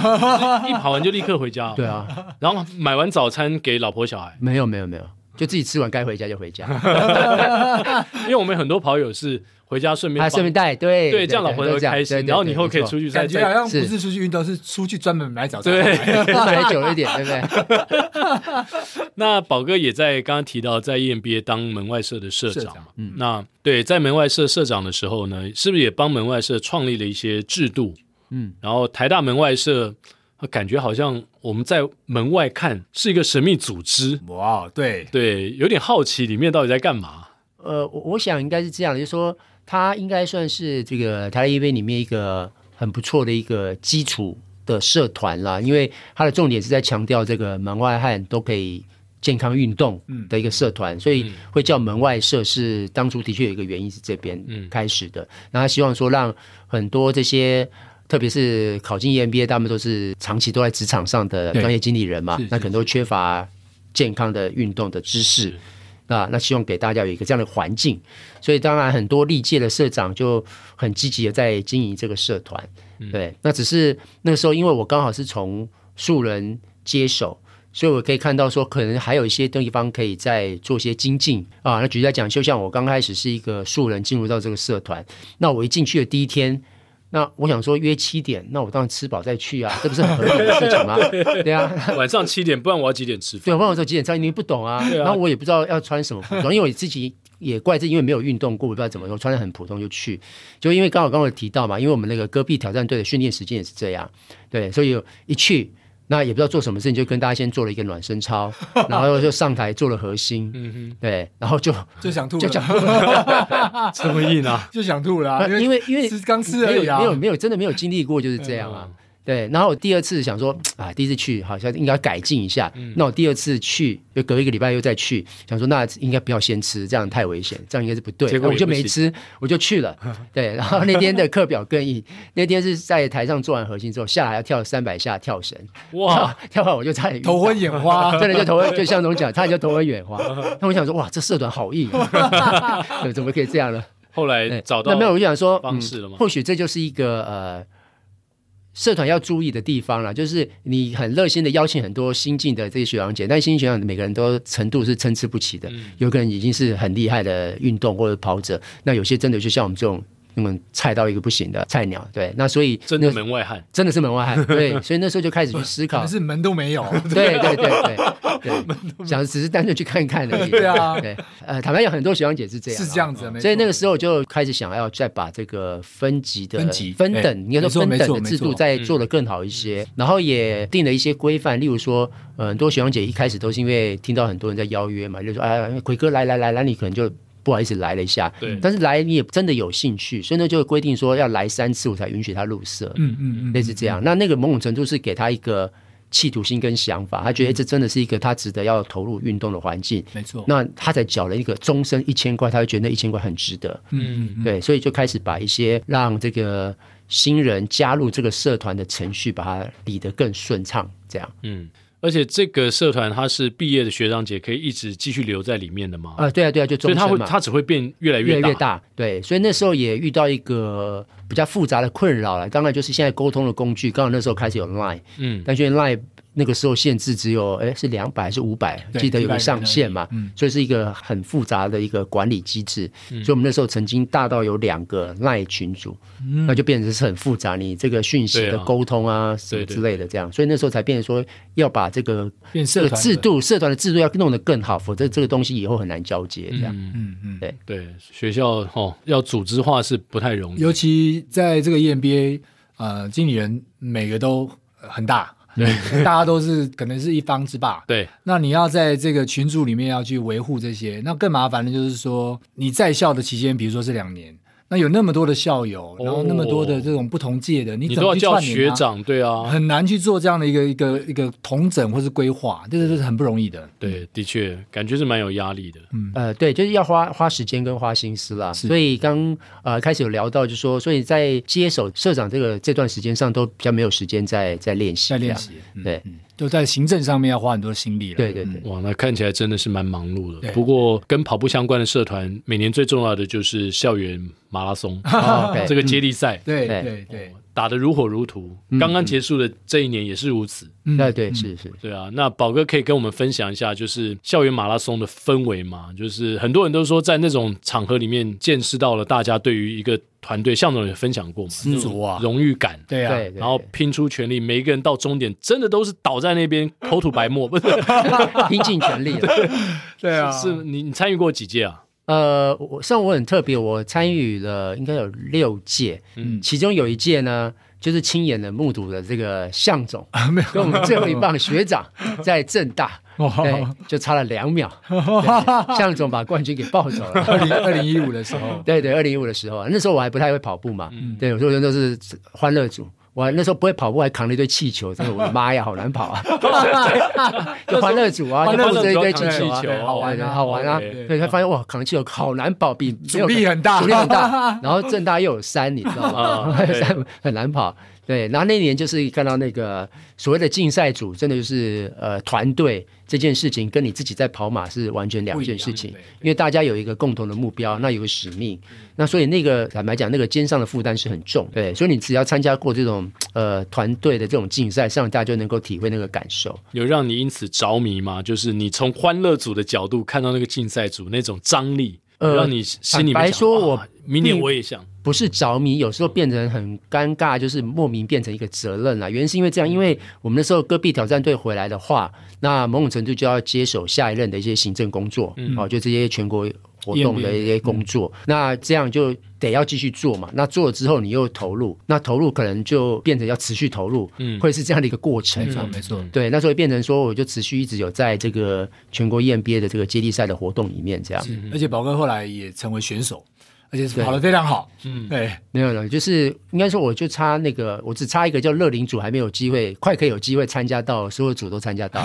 Speaker 1: 一跑完就立刻回家。
Speaker 4: 啊 对，啊，
Speaker 1: 然后买完早餐给老婆小孩，
Speaker 4: 没有没有没有，就自己吃完该回家就回家，啊
Speaker 1: 因为我们很多跑友是回家顺便
Speaker 4: 还
Speaker 1: 放
Speaker 4: 顺便带对
Speaker 1: 对，这样老婆才
Speaker 4: 都
Speaker 1: 会
Speaker 4: 这样
Speaker 1: 开
Speaker 4: 对
Speaker 1: 心，
Speaker 4: 对
Speaker 1: 然后你
Speaker 4: 对
Speaker 1: 以后可以
Speaker 4: 没错
Speaker 1: 出去再
Speaker 2: 感觉好
Speaker 1: 再
Speaker 2: 像不是出去运动，是出去专门买早餐。
Speaker 1: 对。
Speaker 4: 待久一点，对不对？
Speaker 1: 那宝哥也在刚刚提到，在 E EMBA 当门外社的社
Speaker 2: 社
Speaker 1: 长
Speaker 2: 长
Speaker 1: 嘛，那对，在门外社社长的时候呢，是不是也帮门外社创立了一些制度？
Speaker 4: 嗯，
Speaker 1: 然后台大门外社呃感觉好像我们在门外看是一个神秘组织，
Speaker 2: 哇，对，
Speaker 1: 对，有点好奇里面到底在干嘛。
Speaker 4: 呃，我我想应该是这样的，就是说它应该算是这个台大 EV 里面一个很不错的一个基础的社团啦，因为它的重点是在强调这个门外汉都可以。健康运动
Speaker 2: 嗯
Speaker 4: 的一个社团，所以会叫门外社，是当初的确有一个原因是这边嗯开始的。那他希望说，让很多这些，特别是考进 E EMBA，他们都是长期都在职场上的
Speaker 2: 对
Speaker 4: 专业经理人嘛
Speaker 2: 是是，
Speaker 4: 那可能都缺乏健康的运动的知识。啊那那希望给大家有一个这样的环境，所以当然很多历届的社长就很积极的在经营这个社团。对，那只是那个时候，因为我刚好是从素人接手，所以我可以看到说，可能还有一些地方可以再做一些精进啊。那举例来讲，就像我刚开始是一个素人进入到这个社团，那我一进去的第一天。那我想说约七点，那我当然吃饱再去啊，这不是很合理的事情吗？ 对啊，
Speaker 1: 晚上七点，不然我要几点吃饭？
Speaker 4: 对，我问我说几点上，你不懂啊，
Speaker 1: 对啊
Speaker 4: 然后我也不知道要穿什么服装，因为我自己也怪自己，因为没有运动过，我不知道怎么说，穿的很普通就去。就因为刚好刚好提到嘛，因为我们那个戈壁挑战队的训练时间也是这样，对，所以有一去。那也不知道做什么事情，就跟大家先做了一个暖身操，然后就上台做了核心，
Speaker 1: 嗯
Speaker 4: 对，然后就
Speaker 2: 就想吐了，
Speaker 4: 就讲
Speaker 1: 哼，这么硬啊？
Speaker 2: 就想吐了啊、
Speaker 4: 那呃因为因为
Speaker 2: 吃刚吃而
Speaker 4: 没
Speaker 2: 已
Speaker 4: 有
Speaker 2: 啊嗯
Speaker 4: 没，有没有，真的没有经历过就是这样啊。对，然后我第二次想说，啊，第一次去好像应该改进一下。
Speaker 2: 嗯
Speaker 4: 那我第二次去，就隔一个礼拜又再去，想说那应该不要先吃，这样太危险，这样应该是不对。啊
Speaker 1: 结果
Speaker 4: 我
Speaker 1: 也
Speaker 4: 就
Speaker 1: 不
Speaker 4: 没
Speaker 1: 行
Speaker 4: 吃，我就去 了。对，然后那天的课表更硬，那天是在台上做完核心之后，下来要跳三百下跳绳，
Speaker 1: 哇，
Speaker 4: 跳完我就差点晕
Speaker 2: 哦头昏
Speaker 4: 倒
Speaker 2: 眼 花，
Speaker 4: 真的就头昏，就像总讲，差点就头 昏眼花。那我想说，哇，这社团好硬、啊，对怎么可以这样呢？
Speaker 1: 后来
Speaker 4: 对
Speaker 1: 哎找到
Speaker 4: 哎那没有，我就想说，嗯
Speaker 1: 方式了吗
Speaker 4: 或许这就是一个呃。社团要注意的地方啦，就是你很热心的邀请很多新进的这些学长姐，但新进学长每个人都程度是参差不齐的，
Speaker 1: 嗯
Speaker 4: 有个人已经是很厉害的运动或者跑者，那有些真的就像我们这种那么菜到一个不行的菜鸟，对，那所以
Speaker 1: 真的
Speaker 4: 那
Speaker 1: 门外汉，
Speaker 4: 真的是门外汉，对，所以那时候就开始去思
Speaker 2: 可
Speaker 4: 考
Speaker 2: 能，是门都没有， 啊
Speaker 4: 对对对对对，想只是单纯去看看而已，
Speaker 2: 对啊
Speaker 4: 对，呃，坦白讲，很多学长姐是这样啊，
Speaker 2: 是这样子的，没错
Speaker 4: 所以那个时候就开始想要再把这个分级的
Speaker 2: 分级
Speaker 4: 分
Speaker 2: 哎
Speaker 4: 等，应该
Speaker 2: 没错
Speaker 4: 说分
Speaker 2: 没
Speaker 4: 等
Speaker 2: 错
Speaker 4: 的制
Speaker 2: 没
Speaker 4: 度
Speaker 2: 错
Speaker 4: 再做得更好一些，然后也定了一些规范，例如说，呃很多学长姐一开始都是因为听到很多人在邀约嘛，就说哎，奎哥来来来来，你可能就。不好意思，来了一下，
Speaker 1: 对
Speaker 4: 但是来你也真的有兴趣，所以呢就规定说要来三次我才允许他入社，
Speaker 2: 嗯嗯嗯，
Speaker 4: 类似这样。那那个某种程度是给他一个企图心跟想法，他觉
Speaker 2: 嗯
Speaker 4: 得这真的是一个他值得要投入运动的环境，
Speaker 2: 没错，
Speaker 4: 那他才缴了一个终身一千块，他会觉得那一千块很值得。
Speaker 2: 嗯嗯嗯，
Speaker 4: 对，所以就开始把一些让这个新人加入这个社团的程序，把它理得更顺畅，这样。
Speaker 1: 嗯。而且这个社团它是毕业的学长姐可以一直继续留在里面的吗？
Speaker 4: 啊、对啊，对啊，就
Speaker 1: 所
Speaker 4: 终
Speaker 1: 以它
Speaker 4: 身
Speaker 1: 会
Speaker 4: 嘛。
Speaker 1: 它只会变越来
Speaker 4: 越
Speaker 1: 大。
Speaker 4: 来越大，对，所以那时候也遇到一个比较复杂的困扰了。当然就是现在沟通的工具，刚好那时候开始有 Line，
Speaker 1: 嗯，
Speaker 4: 但是 Line 那个时候限制只有哎是两百还是五百，
Speaker 2: 对
Speaker 4: 记得有
Speaker 2: 500
Speaker 4: 个上限嘛，
Speaker 2: 嗯
Speaker 4: 所以是一个很复杂的一个管理机制。所以我们那时候曾经大到有两个 Line 群组，那就变成是很复杂，你这个讯息
Speaker 1: 对
Speaker 4: 的
Speaker 1: 啊
Speaker 4: 沟通啊什么
Speaker 1: 对对
Speaker 4: 之类的这样，所以那时候才变成说要把这个
Speaker 2: 变
Speaker 4: 这
Speaker 2: 社
Speaker 4: 个
Speaker 2: 团
Speaker 4: 制，度社团的制度要弄得更好，否则这个东西以后很难交接这样。
Speaker 2: 嗯嗯。
Speaker 1: 对，学校哦要组织化是不太容易。
Speaker 2: 尤其在这个 E EMBA，呃，经理人每个都呃很大， 大家都是可能是一方之霸。
Speaker 1: 对，
Speaker 2: 那你要在这个群组里面要去维护这些，那更麻烦的就是说，你在校的期间，比如说这两年，那有那么多的校友，然后那么多的
Speaker 4: 哦
Speaker 2: 这种不同届的，
Speaker 1: 你
Speaker 2: 你怎
Speaker 1: 都要
Speaker 2: 么去
Speaker 1: 叫
Speaker 2: 串联
Speaker 1: 学
Speaker 2: 啊？
Speaker 1: 长，对啊，
Speaker 2: 很难去做这样的一个一个一个同整或是规划，这个这是很不容易的。
Speaker 1: 对，的确感觉是蛮有压力的。
Speaker 4: 呃，对，就是要花花时间跟花心思啦。所以刚呃开始有聊到，就说，所以在接手社长这个这段时间上，都比较没有时间在在练习，
Speaker 2: 在练。习，嗯
Speaker 4: 啊对，
Speaker 2: 嗯就在行政上面要花很多心力了。
Speaker 4: 对对对
Speaker 2: 嗯，
Speaker 1: 哇，那看起来真的是蛮忙碌的。
Speaker 2: 对
Speaker 1: 不过跟跑步相关的社团，每年最重要的就是校园马拉 松啊
Speaker 4: OK
Speaker 1: 这个接力赛，
Speaker 2: 对
Speaker 4: 对哦
Speaker 2: 对啊嗯对，
Speaker 1: 打得如火如荼。刚刚结束的这一年也是如此。
Speaker 2: 嗯
Speaker 4: 那对是是，
Speaker 1: 对啊，那宝哥可以跟我们分享一下，就是校园马拉松的氛围嘛？就是很多人都说在那种场合里面见识到了大家对于一个团队，向总也分享过嘛，
Speaker 2: 执着啊
Speaker 1: 那种荣誉感。
Speaker 2: 对啊，
Speaker 4: 对，对
Speaker 1: 然后
Speaker 4: 对
Speaker 1: 拼出全力，每一个人到终点真的都是倒在那边口吐白沫，不 是？
Speaker 4: 拼尽全力 了。
Speaker 2: 对啊，
Speaker 1: 是你你参与过几届啊？
Speaker 4: 呃，我像我很特别，我参与了应该有六届，
Speaker 2: 嗯
Speaker 4: 其中有一届呢，就是亲眼的目睹了这个向 总跟我们最后一棒学长在正大， 对，就差了两秒，对向总把冠军给抱走了。
Speaker 2: 二零二零一五的时候，
Speaker 4: 对对，二零一五的时候啊，那时候我还不太会跑步嘛，对，我说人都是欢乐组。我那时候不会跑步，还扛了一堆气球，真的，我的妈呀，好难跑 啊！就欢乐组 啊，
Speaker 2: 欢
Speaker 4: 就
Speaker 2: 乐
Speaker 4: 抱
Speaker 2: 组
Speaker 4: 着一堆
Speaker 1: 扛着
Speaker 4: 气球啊
Speaker 1: 气，球
Speaker 4: 对
Speaker 1: 哦
Speaker 4: 好玩
Speaker 2: 对
Speaker 4: 啊，好玩啊！
Speaker 1: 对
Speaker 4: 对，才发现哇，扛气球好难跑，比没
Speaker 2: 阻
Speaker 4: 有
Speaker 2: 力很大，
Speaker 4: 阻力很 大，然后正大又有山，你知道吗？
Speaker 1: 啊对
Speaker 4: 山 很难跑。对，然后那年就是看到那个所谓的竞赛组，真的就是呃团队这件事情，跟你自己在跑马是完全两件事情
Speaker 2: 不一样，
Speaker 4: 因为大家有一个共同的目标，那有个使命，那所以那个坦白讲，那个肩上的负担是很重。对，所以你只要参加过这种呃团队的这种竞赛，上大家就能够体会那个感受。
Speaker 1: 有让你因此着迷吗？就是你从欢乐组的角度看到那个竞赛组那种张力，
Speaker 4: 呃
Speaker 1: 让你心里面
Speaker 4: 坦白
Speaker 1: 想
Speaker 4: 说
Speaker 1: 哇
Speaker 4: 我
Speaker 1: 明年
Speaker 4: 并
Speaker 1: 我也想，
Speaker 4: 不是着迷，有时候变成很尴尬，就是莫名变成一个责任了。原因是因为
Speaker 2: 嗯
Speaker 4: 这样，因为我们那时候戈壁挑战队回来
Speaker 2: 嗯
Speaker 4: 的话，那某种程度就要接手下一任的一些行政工作，哦，就这些全国活动的
Speaker 2: EMBA
Speaker 4: 一些工
Speaker 2: 嗯
Speaker 4: 作，那这样就得要继续做嘛。那做了之后，你又投入，那投入可能就变成要持续投入，
Speaker 1: 嗯
Speaker 4: 会是这样的一个过程
Speaker 2: 没错
Speaker 4: 啊。
Speaker 2: 没错，
Speaker 4: 对，那时候变成说，我就持续一直有在这个全国 E EMBA 的这个接力赛的活动里面，这样
Speaker 2: 而且宝哥后来也成为选手，而且是
Speaker 4: 嗯对
Speaker 2: 跑得非常好，
Speaker 1: 嗯
Speaker 2: 对，
Speaker 4: 没有了，就是应该说，我就差那个，我只差一个叫乐龄组还没有机会，快可以有机会参加到，所有组都参 加到。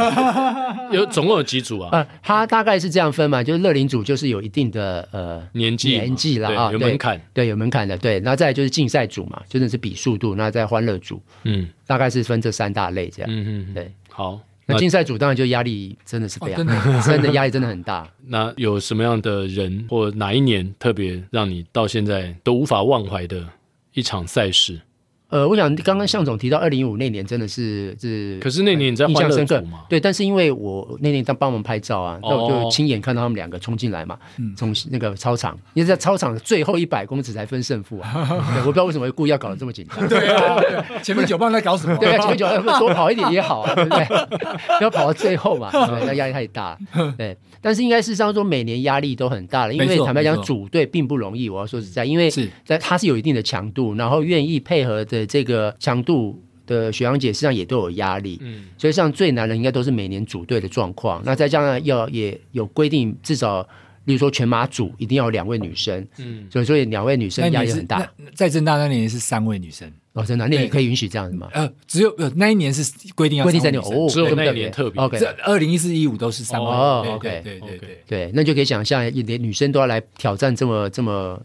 Speaker 1: 有总共有几组啊？
Speaker 4: 呃，他大概是这样分嘛，就是乐龄组就是有一定的呃
Speaker 1: 年纪嘛
Speaker 4: 年纪啦
Speaker 1: 对
Speaker 4: 啊，
Speaker 1: 有
Speaker 4: 对
Speaker 1: 门槛，
Speaker 4: 对，有门槛的，对。那再来就是竞赛组嘛，真的是比速度，那在欢乐组，
Speaker 1: 嗯
Speaker 4: 大概是分这三大类这样。
Speaker 1: 嗯嗯，嗯
Speaker 4: 对，
Speaker 1: 好。
Speaker 4: 那
Speaker 1: 那
Speaker 4: 竞赛组当然就压力真的是非
Speaker 2: 哦
Speaker 4: 常
Speaker 2: 真
Speaker 4: 大， 真的压力真的很大。
Speaker 1: 那有什么样的人或哪一年特别让你到现在都无法忘怀的一场赛事？
Speaker 4: 呃，我想刚刚向总提到二零一五那年真的是是，
Speaker 1: 可是那年你在
Speaker 4: 印
Speaker 1: 欢
Speaker 4: 象
Speaker 1: 乐
Speaker 4: 深刻
Speaker 1: 谷嘛，
Speaker 4: 对，但是因为我那天当帮忙拍照啊，那我
Speaker 1: 哦
Speaker 4: 就亲眼看到他们两个冲进来嘛，
Speaker 2: 嗯
Speaker 4: 从那个操场，因为在操场的最后一百公尺才分 胜负啊，对我不知道为什么故意要搞得这么紧张。
Speaker 2: 对啊，前面九棒在搞什么？
Speaker 4: 对啊，九九多跑一点也好啊，对不对？ 不要跑到最后嘛，对，那压力太 大了。对，但是应该是这样说，每年压力都很大了，因
Speaker 2: 没
Speaker 4: 为
Speaker 2: 错
Speaker 4: 坦白讲
Speaker 2: 没，错
Speaker 4: 组队并不容易。我要说实在，因 为
Speaker 2: 是
Speaker 4: 在它是有一定的强度，然后愿意配合的这个强度的学长姐，实际上也都有压力。
Speaker 1: 嗯，
Speaker 4: 所以像最难的应该都是每年组队的状况。那再加上要也有规定，至少例如说全马组一定要有两位女生，
Speaker 1: 嗯，
Speaker 4: 所以所以两位女生压力很大。。
Speaker 2: 那在正大那年是三位女生，
Speaker 4: 哦，真的啊，那
Speaker 2: 对
Speaker 4: 你可以允许这样子吗？
Speaker 2: 呃，只有呃那一年是规定要
Speaker 4: 规定
Speaker 2: 三位
Speaker 4: 三点
Speaker 2: 女生
Speaker 4: 哦，
Speaker 1: 只有
Speaker 4: 对不
Speaker 1: 那
Speaker 4: 对
Speaker 1: 年特别
Speaker 4: OK，
Speaker 2: 这二零一四一五都是三位，
Speaker 4: 哦
Speaker 2: 对
Speaker 4: OK，
Speaker 2: 对对
Speaker 1: OK
Speaker 2: 对对，
Speaker 4: 对，那就可以想象，也连女生都要来挑战这么这么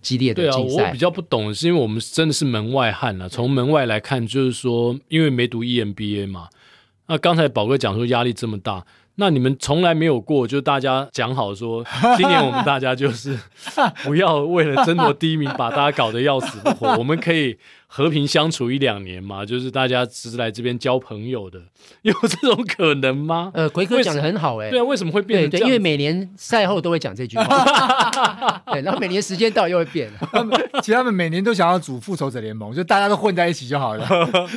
Speaker 4: 激烈
Speaker 1: 对
Speaker 4: 的
Speaker 1: 啊，
Speaker 4: 竞
Speaker 1: 我
Speaker 4: 赛嗯
Speaker 1: 比。较不懂，是因为我们真的是门外汉啊。从门外来看，就是说，因为没读 E EMBA 嘛。那刚才宝哥讲说压力这么大，那你们从来没有过，就大家讲好 说，今年我们大家就是不要为了争夺第一名把大家搞得要死不 活，我们可以和平相处一两年嘛，就是大家只是来这边交朋友的， 有这种可能吗？
Speaker 4: 呃，奎哥讲的很好哎、
Speaker 1: 对啊，为什么会变
Speaker 4: 对
Speaker 1: 成这
Speaker 4: 对，
Speaker 1: 样
Speaker 4: 因
Speaker 1: 子？
Speaker 4: 为每年赛后都会讲这句话， 对，然后每年时间到又会变。
Speaker 2: 他们其实他们每年都想要组复仇者联盟，就大家都混在一起就好 了。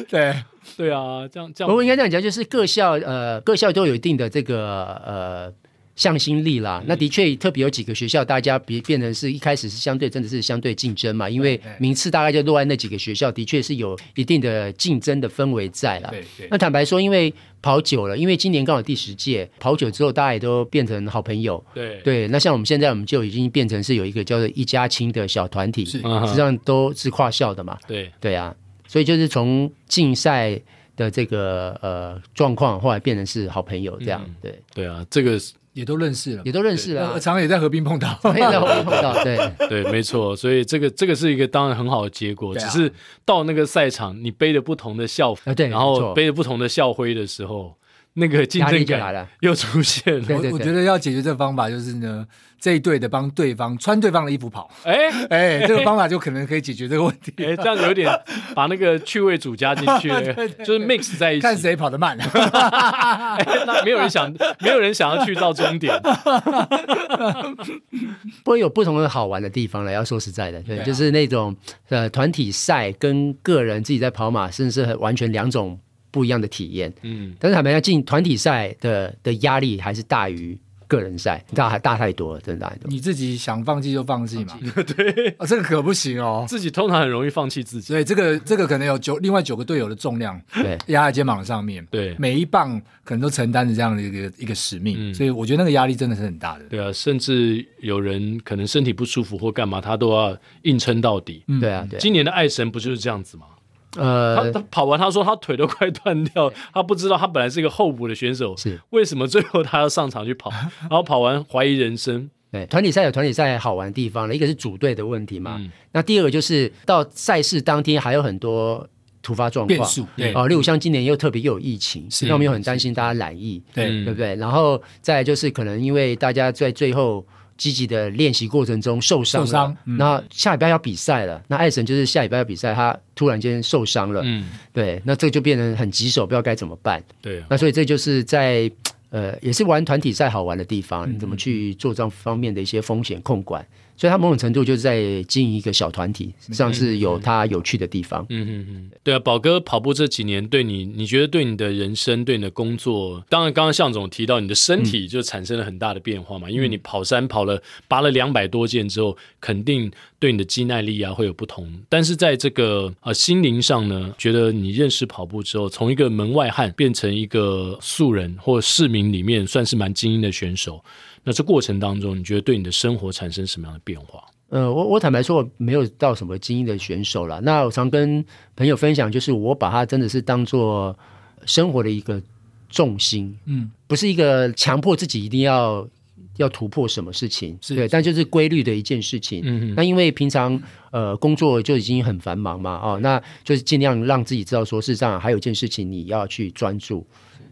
Speaker 2: 对，
Speaker 1: 对啊，这样这样
Speaker 4: 不过应该这样讲，就是各校呃各校都有一定的这个呃向心力
Speaker 2: 嗯
Speaker 4: 啦。那的确，特别有几个学校，大家比变成是一开始是相对真的是相对竞争嘛，因为
Speaker 2: 对
Speaker 4: 名次大概就落在那几个学校，的确是有一定的竞争的氛围在啦。
Speaker 2: 对对
Speaker 4: 那坦白说，因为跑久了，因为今年刚好第十届，跑久之后大家也都变成好朋友。
Speaker 1: 对
Speaker 4: 对，那像我们现在，我们就已经变成是有一个叫做一家亲的小团体，
Speaker 2: 是
Speaker 1: 嗯哼
Speaker 4: 实际上都是跨校的嘛。
Speaker 1: 对
Speaker 4: 对啊，所以就是从竞赛的这个呃状况，后来变成是好朋友这样，
Speaker 1: 嗯
Speaker 4: 对，
Speaker 1: 对啊，这个是
Speaker 2: 也都认识了
Speaker 4: 也，都认识
Speaker 2: 呃
Speaker 4: 了、啊，
Speaker 2: 常常也在河滨碰到。
Speaker 4: 可以在后面碰到，对，
Speaker 1: 对，没错，所以这个这个是一个当然很好的结果，
Speaker 2: 对
Speaker 1: 只
Speaker 2: 啊
Speaker 1: 是到那个赛场，你背着不同的校服，
Speaker 4: 啊对
Speaker 1: 然
Speaker 4: 没
Speaker 1: 后
Speaker 4: 错
Speaker 1: 背着不同的校徽的时候，那个竞
Speaker 4: 压
Speaker 1: 争
Speaker 4: 力就来
Speaker 1: 感
Speaker 4: 了。
Speaker 1: 又出现了。
Speaker 4: 对
Speaker 2: 我我觉得要解决这个方法就是呢，这一队的帮对方穿对方的衣服跑，
Speaker 1: 哎
Speaker 2: 哎，这个方法就可能可以解决这个问 题。
Speaker 1: 哎，这样有点把那个趣味组加进 去了，就是 mix 在一
Speaker 2: 看
Speaker 1: 起。
Speaker 2: 谁跑得慢，
Speaker 1: 哎那没有人想，没有人想要去到终点。
Speaker 4: 不过有不同的好玩的地方了。要说实在的，对，
Speaker 2: 对啊
Speaker 4: 就是那种呃团体赛跟个人自己在跑马，甚至是很完全两种不一样的体验。
Speaker 1: 嗯，
Speaker 4: 但是坦白讲，进团体赛的的压力还是大于个人赛，大大太多了，真的大太多 了。
Speaker 2: 你自己想放弃就放弃嘛。 对，这个可不行哦。
Speaker 1: 自己通常很容易放弃自己。
Speaker 2: 所以这个这个可能有九另外九个队友的重量
Speaker 4: 对，
Speaker 2: 压在肩膀上面，
Speaker 1: 对
Speaker 2: 每一棒可能都承担着这样的一个一个使命，
Speaker 1: 嗯
Speaker 2: 所以我觉得那个压力真的是很大的。
Speaker 1: 对啊，甚至有人可能身体不舒服或干嘛，他都要硬撑到底。
Speaker 2: 嗯
Speaker 4: 对啊，对啊，
Speaker 1: 今年的爱神不就是这样子吗？他
Speaker 4: 呃
Speaker 1: 他，跑完，他说他腿都快断 掉，他不知道他本来是一个候补的选手，
Speaker 4: 是
Speaker 1: 为什么最后他要上场去 跑，然后跑完怀疑人生，
Speaker 4: 对，团体赛有团体赛好玩的地方了，一个是组队的问题嘛，
Speaker 1: 嗯
Speaker 4: 那第二个就是到赛事当天还有很多突发状
Speaker 2: 变
Speaker 4: 况，
Speaker 2: 数对
Speaker 4: 哦，例如像今年又特别又有疫情，那我们又很担心大家染疫，
Speaker 2: 对
Speaker 1: 嗯
Speaker 4: 对不对？然后再来就是可能因为大家在最后。积极的练习过程中受伤了，
Speaker 2: 受伤嗯
Speaker 4: 那下礼拜要比赛了，那艾神就是下礼拜要比赛，他突然间受伤了，
Speaker 1: 嗯，
Speaker 4: 对，那这就变得很棘手，不知道该怎么办。
Speaker 1: 对，啊
Speaker 4: 那所以这就是在呃，也是玩团体赛好玩的地方，你怎么去做这方面的一些风险控管？所以他某种程度就是在经营一个小团体，实际上是有他有趣的地方。
Speaker 1: 嗯嗯嗯，对啊，宝哥跑步这几年对你，你觉得对你的人生、对你的工作，当然刚刚向总提到你的身体就产生了很大的变化嘛，因为你跑山跑了拔了两百多件之后，肯定对你的肌耐力啊会有不同。但是在这个呃心灵上呢，觉得你认识跑步之后，从一个门外汉变成一个素人或市民里面算是蛮精英的选手，那这过程当中，你觉得对你的生活产生什么样的变化？
Speaker 4: 呃，我我坦白说，我没有到什么精英的选手啦。那我常跟朋友分享，就是我把它真的是当做生活的一个重心，
Speaker 2: 嗯，
Speaker 4: 不是一个强迫自己一定要要突破什么事情，
Speaker 2: 是
Speaker 4: 对，但就是规律的一件事情。
Speaker 1: 嗯
Speaker 4: 那因为平常呃工作就已经很繁忙嘛，哦，那就是尽量让自己知道说，事实上还有一件事情你要去专注。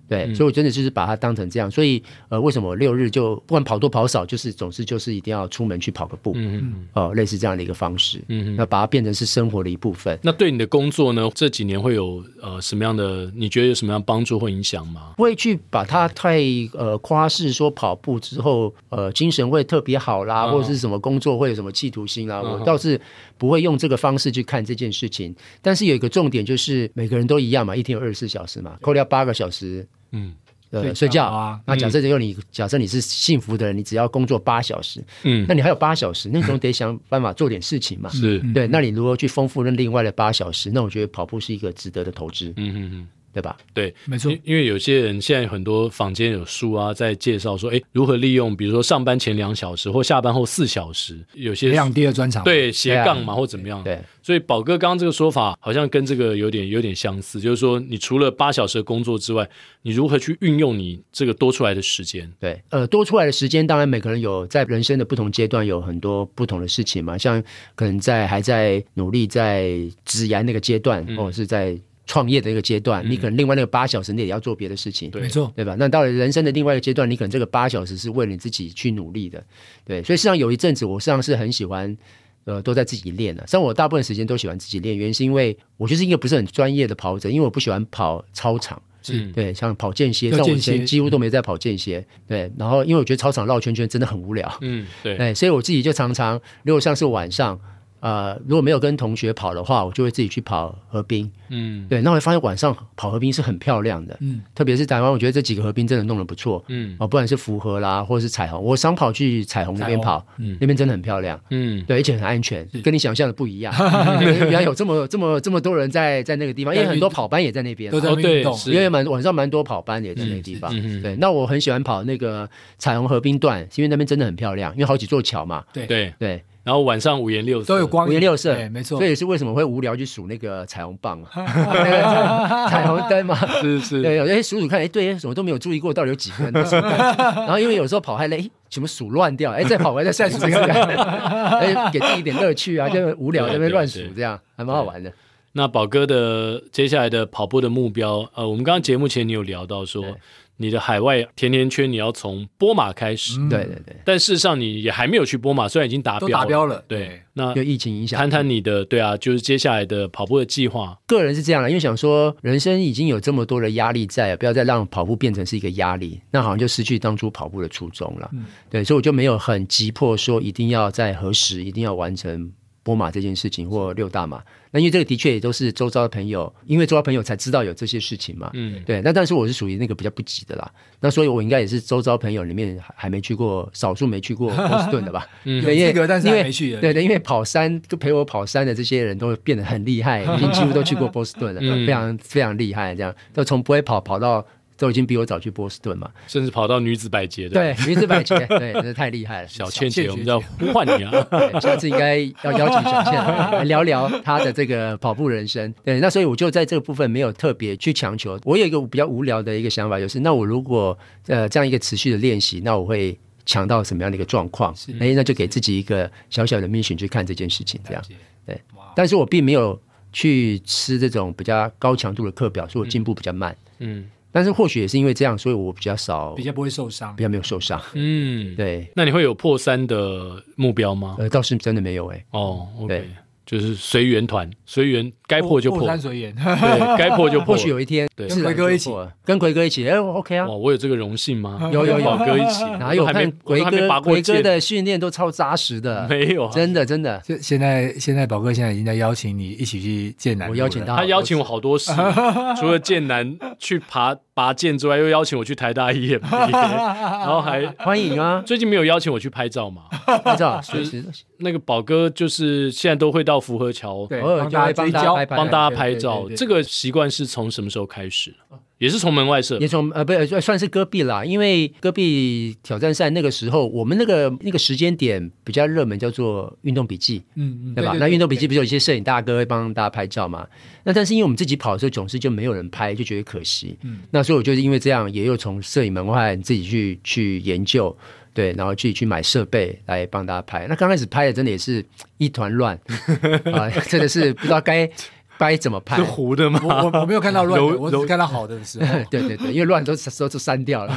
Speaker 4: 对，
Speaker 2: 嗯
Speaker 4: 所以我真的就是把它当成这样。所以呃，为什么我六日就不管跑多跑少，就是总之就是一定要出门去跑个步，
Speaker 1: 嗯嗯
Speaker 4: 哦，类似这样的一个方式。
Speaker 1: 嗯
Speaker 4: 那把它变成是生活的一部分。
Speaker 1: 那对你的工作呢？这几年会有呃什么样的？你觉得有什么样的帮助或影响吗？
Speaker 4: 不会去把它太呃夸饰说跑步之后呃精神会特别好啦，
Speaker 1: 嗯
Speaker 4: 或者是什么工作会有什么企图心啦，
Speaker 1: 嗯
Speaker 4: 我倒是不会用这个方式去看这件事情。但是有一个重点就是每个人都一样嘛，一天有二十四小时嘛，扣掉八个小时
Speaker 1: 嗯
Speaker 4: 呃
Speaker 2: 睡
Speaker 4: 睡
Speaker 2: 觉
Speaker 4: 觉
Speaker 2: 啊
Speaker 4: 那假设只有你，假设你是幸福的人，你只要工作八小时，
Speaker 1: 嗯
Speaker 4: 那，你还有八小时，那你总得想办法做点事情嘛。
Speaker 1: 是
Speaker 2: 嗯
Speaker 1: 嗯
Speaker 4: 对，那你如何去丰富那另外的八小时？那我觉得跑步是一个值得的投资，
Speaker 1: 嗯嗯，
Speaker 4: 对吧？
Speaker 1: 对。
Speaker 2: 没错
Speaker 1: 因，因为有些人现在有很多坊间有书啊，在介绍说，哎，如何利用，比如说上班前两小时或下班后四小时，有些
Speaker 2: 培养第二专场，，
Speaker 1: 对斜杠嘛、或怎么样。
Speaker 4: 对，
Speaker 1: 所以宝哥刚刚这个说法好像跟这个有点有点相似，就是说，你除了八小时的工作之外，你如何去运用你这个多出来的时间？
Speaker 4: 对，呃，多出来的时间，当然每个人有在人生的不同阶段有很多不同的事情嘛，像可能在还在努力在职涯那个阶
Speaker 1: 嗯
Speaker 4: 段，或者是在创业的那个阶段，你可能另外那个八小时你也要做别的事情，
Speaker 1: 对
Speaker 2: 没错，
Speaker 4: 对吧？那到了人生的另外一个阶段，你可能这个八小时是为了你自己去努力的，对。所以实际上有一阵子，我实际上是很喜欢，呃，都在自己练的、像我大部分时间都喜欢自己练，原因是因为我就是一个不是很专业的跑者，因为我不喜欢跑操场。
Speaker 1: 是
Speaker 4: 对，像跑间歇，
Speaker 2: 要
Speaker 4: 像我以
Speaker 2: 间歇
Speaker 4: 前几乎都没在跑间歇。对，然后因为我觉得操场绕圈圈真的很无聊，
Speaker 1: 嗯，对，
Speaker 4: 哎，所以我自己就常常，如果像是晚上，呃，如果没有跟同学跑的话，我就会自己去跑河滨。
Speaker 1: 嗯
Speaker 4: 对，那我会发现晚上跑河滨是很漂亮的，
Speaker 2: 嗯，
Speaker 4: 特别是台湾，我觉得这几个河滨真的弄得不错。
Speaker 1: 嗯
Speaker 4: 哦，不管是福河啦，或者是彩虹，我常跑去彩虹那边跑，那边真的很漂亮，
Speaker 1: 嗯，
Speaker 4: 对，而且很安全，跟你想象的不一样。原来有这么这么这么多人在在那个地方，因为很多跑班也在那边嘛，
Speaker 2: 都在那边运动
Speaker 1: 哦对，是
Speaker 4: 因为蛮晚上蛮多跑班也在那个地方。
Speaker 1: 嗯嗯
Speaker 4: 对，那我很喜欢跑那个彩虹河滨段，因为那边真的很漂亮，因为好几座桥嘛。
Speaker 2: 对，
Speaker 1: 对。
Speaker 4: 对，
Speaker 1: 然后晚上五颜六色
Speaker 2: 都有光
Speaker 4: 五颜六色
Speaker 2: 对，哎没错
Speaker 4: 所，以是为什么会无聊去数那个彩虹棒嘛， 那个彩彩虹灯嘛。
Speaker 1: 是是
Speaker 4: 对，哎，数数看，哎，对，什么都没有注意过，到底有几根？数 看然后因为有时候跑太累，哎，全部数乱掉，哎，再跑回来再数 一次，哎，给自己一点乐趣啊，就无聊在那边乱数
Speaker 1: 对对，对
Speaker 4: 这样还蛮好玩的。
Speaker 1: 那宝哥的接下来的跑步的目标，呃，我们刚刚节目前你有聊到说
Speaker 4: 对，
Speaker 1: 你的海外甜甜圈你要从波马开始，
Speaker 2: 嗯
Speaker 4: 对对对，
Speaker 1: 但事实上你也还没有去波马，虽然已经达
Speaker 2: 都
Speaker 1: 标
Speaker 2: 达标了，
Speaker 1: 对，，那
Speaker 4: 就疫情影响，
Speaker 1: 谈谈你的对啊，就是接下来的跑步的计划，
Speaker 4: 个人是这样的，因为想说人生已经有这么多的压力在，不要再让跑步变成是一个压力，那好像就失去当初跑步的初衷
Speaker 1: 嗯
Speaker 4: 了。对，所以我就没有很急迫说一定要在何时一定要完成。波马这件事情或六大马，那因为这个的确也都是周遭的朋友，因为周遭朋友才知道有这些事情嘛。
Speaker 1: 嗯，
Speaker 4: 对，那但是我是属于那个比较不急的啦，那所以我应该也是周遭朋友里面还还没去过，少数没去过波士顿的吧？
Speaker 1: 嗯
Speaker 4: 对因为
Speaker 2: 有资格但是还
Speaker 4: 因为
Speaker 2: 没去而已
Speaker 4: 对对，因为跑山就陪我跑山的这些人都变得很厉害，已经几乎都去过波士顿 了，
Speaker 1: 嗯
Speaker 4: 非常非常厉害，这样都从不会跑跑到。都已经比我早去波士顿嘛？
Speaker 1: 甚至跑到女子百杰的，
Speaker 4: 对，女子百杰，对，真的太厉害了。
Speaker 1: 小倩姐，
Speaker 2: 小倩姐
Speaker 1: 我们要呼唤你啊，
Speaker 4: 对下次应该要邀请小倩来聊聊她的这个跑步人生。对，那所以我就在这个部分没有特别去强求。我有一个比较无聊的一个想法，就是那我如果呃这样一个持续的练习，那我会强到什么样的一个状况？哎，那就给自己一个小小的 mission 去看这件事情，这样。对，但是我并没有去吃这种比较高强度的课表，所以我进步比较慢。
Speaker 1: 嗯
Speaker 4: 但是或许也是因为这样，所以我比较少，
Speaker 2: 比较不会受伤
Speaker 4: 比。较没有受伤。
Speaker 1: 嗯，。
Speaker 4: 对，
Speaker 1: 那你会有破三的目标吗？
Speaker 4: 呃，倒是真的没有哎、
Speaker 1: 哦
Speaker 4: 对
Speaker 1: ，OK，就是随缘团，随缘该破就破，
Speaker 2: 山水眼，
Speaker 1: 对，该破就破。
Speaker 4: 或许有一天
Speaker 1: 对
Speaker 4: 自然
Speaker 2: 跟奎哥一
Speaker 4: 就
Speaker 2: 起
Speaker 4: 破了，跟奎哥一起，哎，OK 啊
Speaker 1: 哇，，我有这个荣幸吗？
Speaker 4: 有有有
Speaker 1: 跟宝哥一 起，
Speaker 4: 哪有
Speaker 1: 我都还没
Speaker 4: 看奎
Speaker 1: 我都还没拔
Speaker 4: 哥
Speaker 1: 过
Speaker 4: 奎哥
Speaker 1: 剑？
Speaker 4: 的训练都超扎实 的，
Speaker 1: 没有啊，
Speaker 4: 真的真的，
Speaker 2: 现现在现在宝哥现在已经在邀请你一起去见南路了，
Speaker 4: 我邀请他
Speaker 1: 他邀请我好多 事，除了剑南去爬拔剑之外，又邀请我去台大 EMBA，然 后还
Speaker 4: 欢迎 啊，
Speaker 1: 最近没有邀请我去拍照嘛。
Speaker 4: 拍照随时
Speaker 1: 那个宝哥就是现在都会到福和桥
Speaker 2: 对，
Speaker 4: 偶尔就会帮大家拍拍
Speaker 1: 帮大家拍
Speaker 2: 对
Speaker 1: 照
Speaker 2: 对，对
Speaker 1: 这个习惯是从什么时候开始？也是从门外社
Speaker 4: 也从呃不呃算是戈壁啦，因为戈壁挑战赛那个时候，我们那个那个时间点比较热门，叫做运动笔记，
Speaker 2: 嗯嗯，
Speaker 4: 对吧？那运动笔记不是有一些摄影大哥会帮大家拍照嘛？那但是因为我们自己跑的时候，总是就没有人拍，就觉得可惜。
Speaker 2: 嗯
Speaker 4: 那所以我就是因为这样，也有从摄影门外自己去去研究，对，然后自己去买设备来帮大家拍。那刚开始拍的真的也是一团乱 啊，真的是不知道该该怎么拍。
Speaker 1: 是。糊的吗？
Speaker 2: 我我我没有看到乱
Speaker 1: 柔嗯
Speaker 2: 的，我只
Speaker 1: 柔
Speaker 2: 看到好的 时候
Speaker 4: 对对对，因为乱都都都删 掉了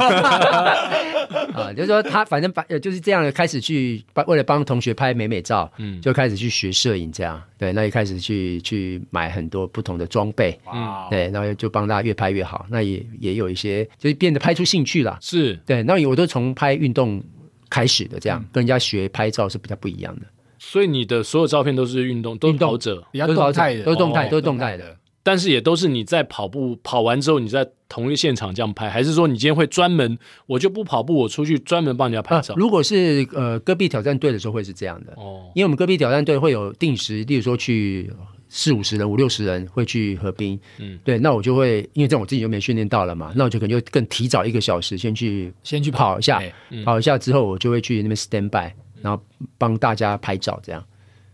Speaker 4: 啊，就是说他反正把呃就是这样开始去帮为了帮同学拍美美照，嗯，就开始去学摄影这样，对，那也开始去去买很多不同的装备，
Speaker 2: 哇哦，
Speaker 4: 对，然后就帮大家越拍越好，那也也有一些就是变得拍出兴趣啦，
Speaker 1: 是
Speaker 4: 对，那我都从拍运动开始的，这
Speaker 2: 嗯
Speaker 4: 样、跟人家学拍照是比较不一样的，
Speaker 1: 所以你的所有照片都是运动，都是
Speaker 4: 运动
Speaker 1: 跑者，
Speaker 2: 比较
Speaker 4: 都是
Speaker 2: 动
Speaker 4: 好
Speaker 2: 态的，
Speaker 4: 都是动态，
Speaker 1: 哦
Speaker 4: 都是动态的。
Speaker 1: 但是也都是你在跑步跑完之后，你在同一个现场这样拍，还是说你今天会专门我就不跑步，我出去专门帮人家拍
Speaker 4: 啊
Speaker 1: 照？
Speaker 4: 如果是呃戈壁挑战队的时候会是这样的，
Speaker 1: 哦，
Speaker 4: 因为我们戈壁挑战队会有定时，例如说去四五十人、五六十人会去河滨，
Speaker 1: 嗯
Speaker 4: 嗯，对，那我就会因为这样我自己就没训练到了嘛，那我就可能就更提早一个小时先去
Speaker 2: 先去
Speaker 4: 跑一下，
Speaker 2: 哎嗯
Speaker 4: 跑一下之后我就会去那边 stand by，然后帮大家拍照这样。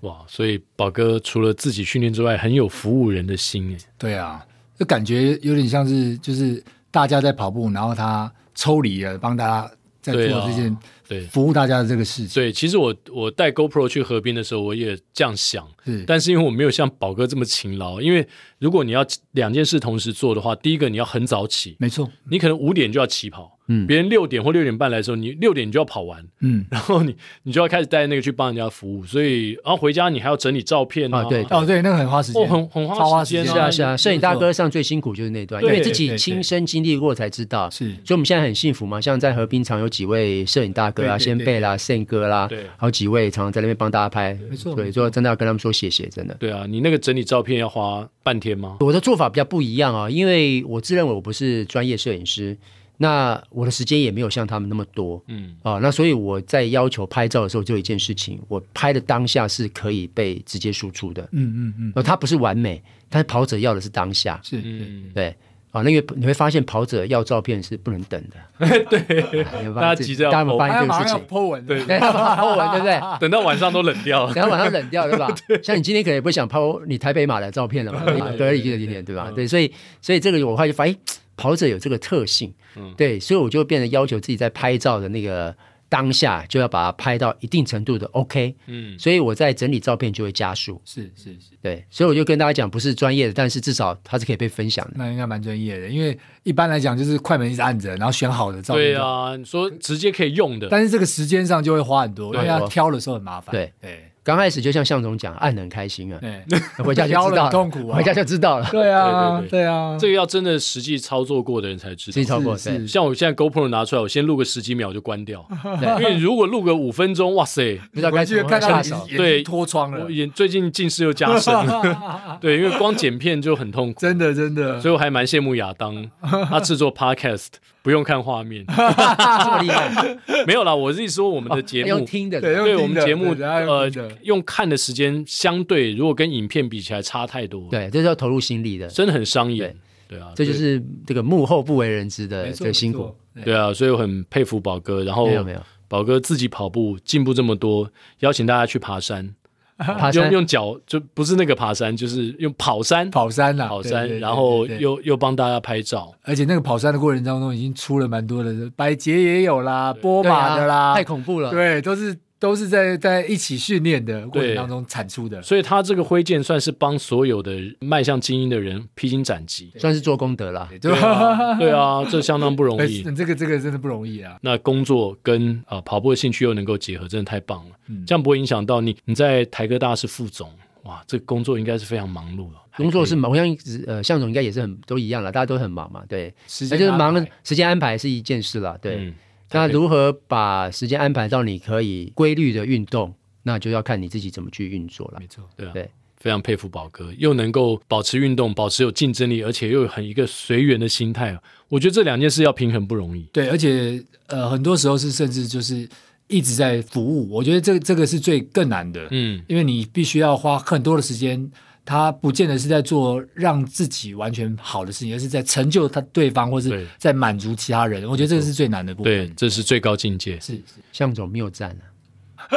Speaker 1: 哇！所以宝哥除了自己训练之外，很有服务人的心诶。
Speaker 2: 对啊，就感觉有点像是就是大家在跑步，然后他抽离了，帮大家在做
Speaker 1: 对啊
Speaker 2: 这件、
Speaker 1: 对
Speaker 2: 服务大家的这个事情。
Speaker 1: 所以其实我我带 GoPro 去河边的时候，我也这样想，
Speaker 2: 是，
Speaker 1: 但是因为我没有像宝哥这么勤劳，因为如果你要两件事同时做的话，第一个你要很早起，
Speaker 2: 没错，
Speaker 1: 你可能五点就要起跑，
Speaker 4: 嗯
Speaker 1: 别人六点或六点半来的时候，你六点你就要跑完，
Speaker 2: 嗯，
Speaker 1: 然后你 你就要开始带那个去帮人家服务，所以然后回家你还要整理照片啊，
Speaker 4: 啊对
Speaker 2: 哦，对，那个很花时间，
Speaker 1: 哦很很花
Speaker 2: 超花
Speaker 1: 时间啊
Speaker 4: 是啊是
Speaker 2: 没
Speaker 4: 啊，摄影大
Speaker 2: 错
Speaker 4: 哥上最辛苦就是那段，因
Speaker 1: 对
Speaker 4: 为自
Speaker 2: 对
Speaker 4: 己
Speaker 2: 对
Speaker 4: 亲身经历过才知道。
Speaker 2: 是
Speaker 4: 所以我们现在很幸福嘛，像在河滨常有几位摄影大哥啊，
Speaker 2: 对对
Speaker 4: 先辈啦、宪哥啦
Speaker 1: 对，
Speaker 4: 好几位常常在那边帮大家拍，
Speaker 2: 没错
Speaker 4: 所
Speaker 2: 没
Speaker 4: 以说真的要跟他们说谢谢，真的。
Speaker 1: 对啊，你那个整理照片要花半天吗？
Speaker 4: 我的做法比较不一样啊，因为我自认为我不是专业摄影师，那我的时间也没有像他们那么多
Speaker 1: 嗯，
Speaker 4: 啊，那所以我在要求拍照的时候，就有一件事情，我拍的当下是可以被直接输出的，
Speaker 2: 嗯嗯嗯，
Speaker 4: 呃，它不是完美，但是跑者要的是当下，
Speaker 2: 是，
Speaker 1: 嗯，
Speaker 4: 对啊，那个你会发现跑者要照片是不能等 的，对，
Speaker 1: 大家急着要哎
Speaker 4: 大家有没有发
Speaker 2: 他
Speaker 4: 现这
Speaker 2: 马
Speaker 4: 个
Speaker 2: 上
Speaker 4: 事
Speaker 2: 要
Speaker 4: 情？
Speaker 2: po 文，对，
Speaker 4: 对，抛文对不对？
Speaker 1: 等到晚上都冷 掉了。
Speaker 4: 然后晚上冷掉， 对吧？像你今天可能也不想抛你台北马的照片了嘛， 对嗯吧？隔了一个几天，对吧？对，所以所以这个我后来就发现，哎跑者有这个特性，对，所以我就变得要求自己在拍照的那个当下就要把它拍到一定程度的 OK，
Speaker 1: 嗯，
Speaker 4: 所以我在整理照片就会加速，
Speaker 2: 是是是，
Speaker 4: 对，所以我就跟大家讲，不是专业的，但是至少它是可以被分享的。
Speaker 2: 那应该蛮专业的，因为一般来讲就是快门一直按着，然后选好的照片，
Speaker 1: 对，啊，你说直接可以用的，
Speaker 2: 但是这个时间上就会花很多，因
Speaker 1: 对啊
Speaker 2: 为要挑的时候很麻烦，
Speaker 4: 对
Speaker 2: 对
Speaker 4: 刚开始就像向总讲，按得很开 心啊，
Speaker 2: 对，
Speaker 4: 回家就
Speaker 2: 挑了
Speaker 4: 知道
Speaker 2: 很痛苦
Speaker 4: 了，
Speaker 2: 啊
Speaker 4: 回，家就知 道了，
Speaker 2: 对
Speaker 1: 对
Speaker 2: 啊
Speaker 1: 对对
Speaker 2: 对啊，
Speaker 1: 这个要真的实际操作过的人才知
Speaker 4: 自己
Speaker 1: 道。
Speaker 4: 超过
Speaker 2: 是
Speaker 4: 对，
Speaker 1: 像我现在 GoPro 拿出来，我先录个十几秒就关掉，
Speaker 4: 对
Speaker 1: 因为如果录个五分钟，哇塞，
Speaker 4: 不知道该
Speaker 2: 回去
Speaker 4: 怎
Speaker 2: 看
Speaker 4: 么
Speaker 2: 到
Speaker 4: 下
Speaker 2: 你
Speaker 4: 手。
Speaker 2: 眼
Speaker 1: 对
Speaker 2: 睛脱窗了
Speaker 1: 我，眼最近近视又加 深了，对，因为光剪片就很痛苦，
Speaker 2: 真的真的，
Speaker 1: 所以我还蛮羡慕亚当，他制作 Podcast 不用看画面，
Speaker 4: 这么厉害，
Speaker 1: 没有啦，我是说我们的节
Speaker 4: 哦用
Speaker 1: 目。
Speaker 4: 听的，
Speaker 2: 对用
Speaker 1: 对
Speaker 2: 听
Speaker 1: 我们
Speaker 2: 的
Speaker 1: 节目，
Speaker 2: 对然后
Speaker 1: 呃
Speaker 2: 用听的，
Speaker 1: 用看的时间相对，如果跟影片比起来差太多，，
Speaker 4: 对，这是要投入心力的，
Speaker 1: 真的很伤眼，对啊，
Speaker 4: 这就是这个幕后不为人知
Speaker 2: 没
Speaker 4: 的
Speaker 2: 错哦
Speaker 4: 这个辛苦。，
Speaker 2: 没错
Speaker 1: 对啊，所以我很佩服宝哥。然后
Speaker 4: 没有没有，
Speaker 1: 宝哥自己跑步进步这么多，邀请大家去爬山，
Speaker 4: 爬
Speaker 1: 用
Speaker 4: 山
Speaker 1: 用脚就不是那个爬山，就是用跑山，
Speaker 2: 跑山啦，
Speaker 1: 跑
Speaker 2: 对
Speaker 1: 山，
Speaker 2: 对
Speaker 1: 然后
Speaker 2: 对对
Speaker 1: 又又帮大家拍照，
Speaker 2: 而且那个跑山的过程当中，已经出了蛮多的，百杰也有啦，波
Speaker 4: 对
Speaker 2: 马
Speaker 4: 啊
Speaker 2: 的啦，
Speaker 4: 太恐怖了。
Speaker 2: 对，都是都是在在一起训练的过程当中产出
Speaker 4: 啊
Speaker 2: 的，
Speaker 1: 所以他这个挥剑算是帮所有的迈向精英的人披荆斩棘。
Speaker 4: 算是做功德了，
Speaker 2: 对
Speaker 1: 对啊，对啊，这相当不容
Speaker 2: 哎
Speaker 1: 易。
Speaker 2: 这个这个真的不容易啊，
Speaker 1: 那工作跟啊、呃跑步的兴趣又能够结合，真的太棒了。
Speaker 2: 嗯
Speaker 1: 这样不会影响到你，你在台科大是副总，哇，这工作应该是非常忙碌了。
Speaker 4: 工作是忙，我相信呃，向总应该也是很都一样了，大家都很忙嘛，对，
Speaker 2: 时
Speaker 4: 那
Speaker 2: 间
Speaker 4: 就是
Speaker 2: 安
Speaker 4: 忙
Speaker 2: 排，
Speaker 4: 时间安排是一件事了，对。
Speaker 1: 嗯
Speaker 4: 那如何把时间安排到你可以规律的运动，那就要看你自己怎么去运作了
Speaker 2: 没。错，
Speaker 1: 对啊，
Speaker 4: 对
Speaker 1: 非常佩服宝哥，又能够保持运动，保持有竞争力，而且又有很一个随缘的心态啊。我觉得这两件事要平衡不容易。
Speaker 2: 对，而且呃，很多时候是甚至就是一直在服务，我觉得这这个是最更难的，
Speaker 1: 嗯，
Speaker 2: 因为你必须要花很多的时间，他不见得是在做让自己完全好的事情，而是在成就他对方，或
Speaker 1: 对
Speaker 2: 是在满足其他人。我觉得这个是最难的部
Speaker 1: 对
Speaker 2: 分。，
Speaker 1: 这是最高境界，
Speaker 2: 是是
Speaker 4: 向总谬赞啊，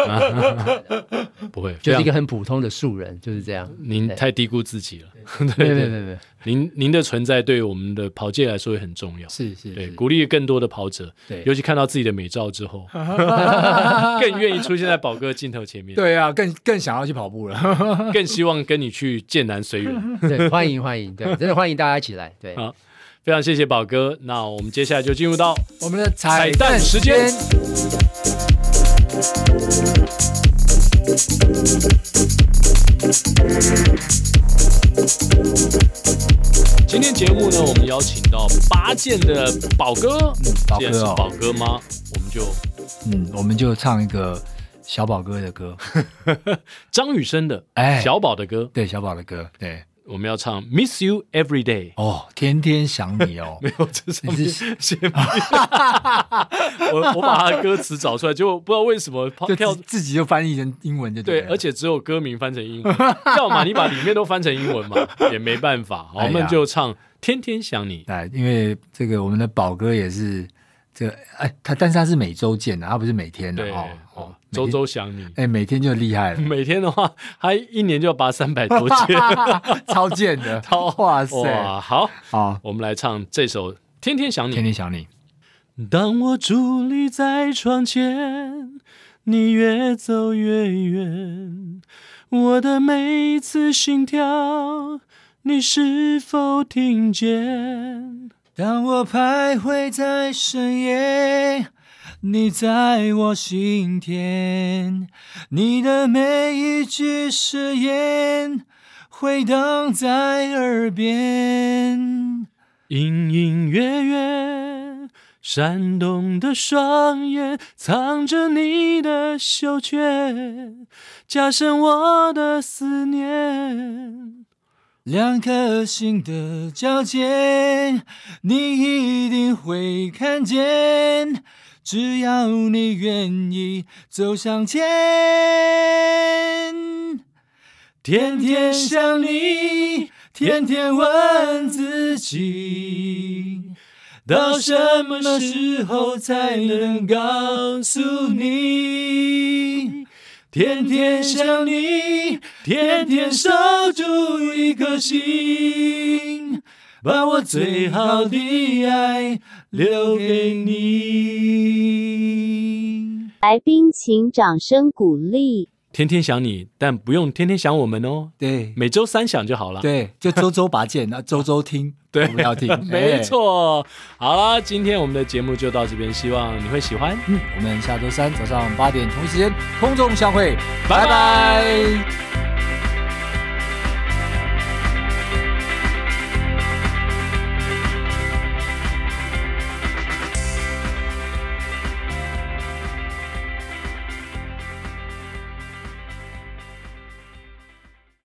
Speaker 1: 不会，
Speaker 2: 啊
Speaker 4: 就是一
Speaker 1: 非
Speaker 4: 个
Speaker 1: 常
Speaker 4: 很普通的素人，就是这样。
Speaker 1: 您太低估自己了。
Speaker 4: 没有没有没有没有，
Speaker 1: 您您的存在对我们的跑界来说也很重要。
Speaker 2: 是是，
Speaker 1: 对，
Speaker 2: 是
Speaker 1: 鼓励更多的跑者，
Speaker 2: 对
Speaker 1: 尤其看到自己的美照之 后，更愿意出现在宝哥镜头前面，
Speaker 2: 对啊，更更想要去跑步了。
Speaker 1: 更希望跟你去剑南随缘。
Speaker 4: 对，欢迎欢迎，对，真的欢迎大家一起来， 对
Speaker 1: 好。非常谢谢宝哥，那我们接下来就进入到
Speaker 2: 我们的
Speaker 1: 彩
Speaker 2: 彩
Speaker 1: 蛋
Speaker 2: 蛋
Speaker 1: 时
Speaker 2: 时
Speaker 1: 间
Speaker 2: 间，
Speaker 1: 今天节目呢，我们邀请到拔剑的宝哥，
Speaker 2: 宝
Speaker 1: 既然
Speaker 2: 哥
Speaker 1: 是
Speaker 2: 哦
Speaker 1: 宝哥吗？我们就
Speaker 2: 嗯，我们就唱一个小宝哥的 歌，
Speaker 1: 张雨生的
Speaker 2: 哎
Speaker 1: 小宝的歌，
Speaker 2: 对小宝的歌，对
Speaker 1: 我们要唱《Miss You Every Day》。
Speaker 2: 哦，天天想你哦，
Speaker 1: 没有，这上
Speaker 2: 你
Speaker 1: 面
Speaker 2: 是
Speaker 1: 写不一样 我我把他的歌词找出来，结果不知道为什么跑
Speaker 2: 就
Speaker 1: 跳
Speaker 2: 自自己啊就翻译成英文就
Speaker 1: 对，
Speaker 2: 了
Speaker 1: 而且只有歌名翻成英文， 要么你把里面都翻成英文嘛，也没办 法。好我
Speaker 2: 哎呀
Speaker 1: 们就唱《天天想你》。
Speaker 2: 哎，因为这个我们的宝哥也是这个哎，他但是他是每周见的，他不是每天的
Speaker 1: 对，
Speaker 2: 哦
Speaker 1: 哦
Speaker 2: 哦，，
Speaker 1: 周
Speaker 2: 每天
Speaker 1: 周想你。
Speaker 2: 哎，每天就厉 害了，
Speaker 1: 每天的话，他一年就要拔三百 多件。
Speaker 2: 超贱的，
Speaker 1: 超
Speaker 2: 哇塞，
Speaker 1: 哇，好，
Speaker 2: 好，
Speaker 1: 我们来唱这首《天天想你》
Speaker 2: 天。天想你，
Speaker 1: 当我伫立在窗前，你越走越远，我的每一次心跳，你是否听见？
Speaker 2: 当我徘徊在深夜，你在我心田，你的每一句誓言回荡在耳边。
Speaker 1: 隐隐约约，闪动的双眼藏着你的羞怯，加深我的思念。
Speaker 2: 两颗心的交界，你一定会看见。只要你愿意走向前，天天想你，天天问自己，到什么时候才能告诉你？天天想你，天天守住一颗心，把我最好的爱留给你。
Speaker 5: 来宾请掌声鼓励。
Speaker 1: 天天想你，但不用天天想我们哦，
Speaker 2: 对
Speaker 1: 每周三想就好了。
Speaker 2: 对，就周周拔剑， 那周周听，
Speaker 1: 对，
Speaker 2: 我们要 听哎
Speaker 1: 没错。好啦，今天我们的节目就到这边，希望你会喜欢。
Speaker 2: 哎。我们下周三早上八点同一时间空中相会，
Speaker 1: 拜拜
Speaker 2: 拜拜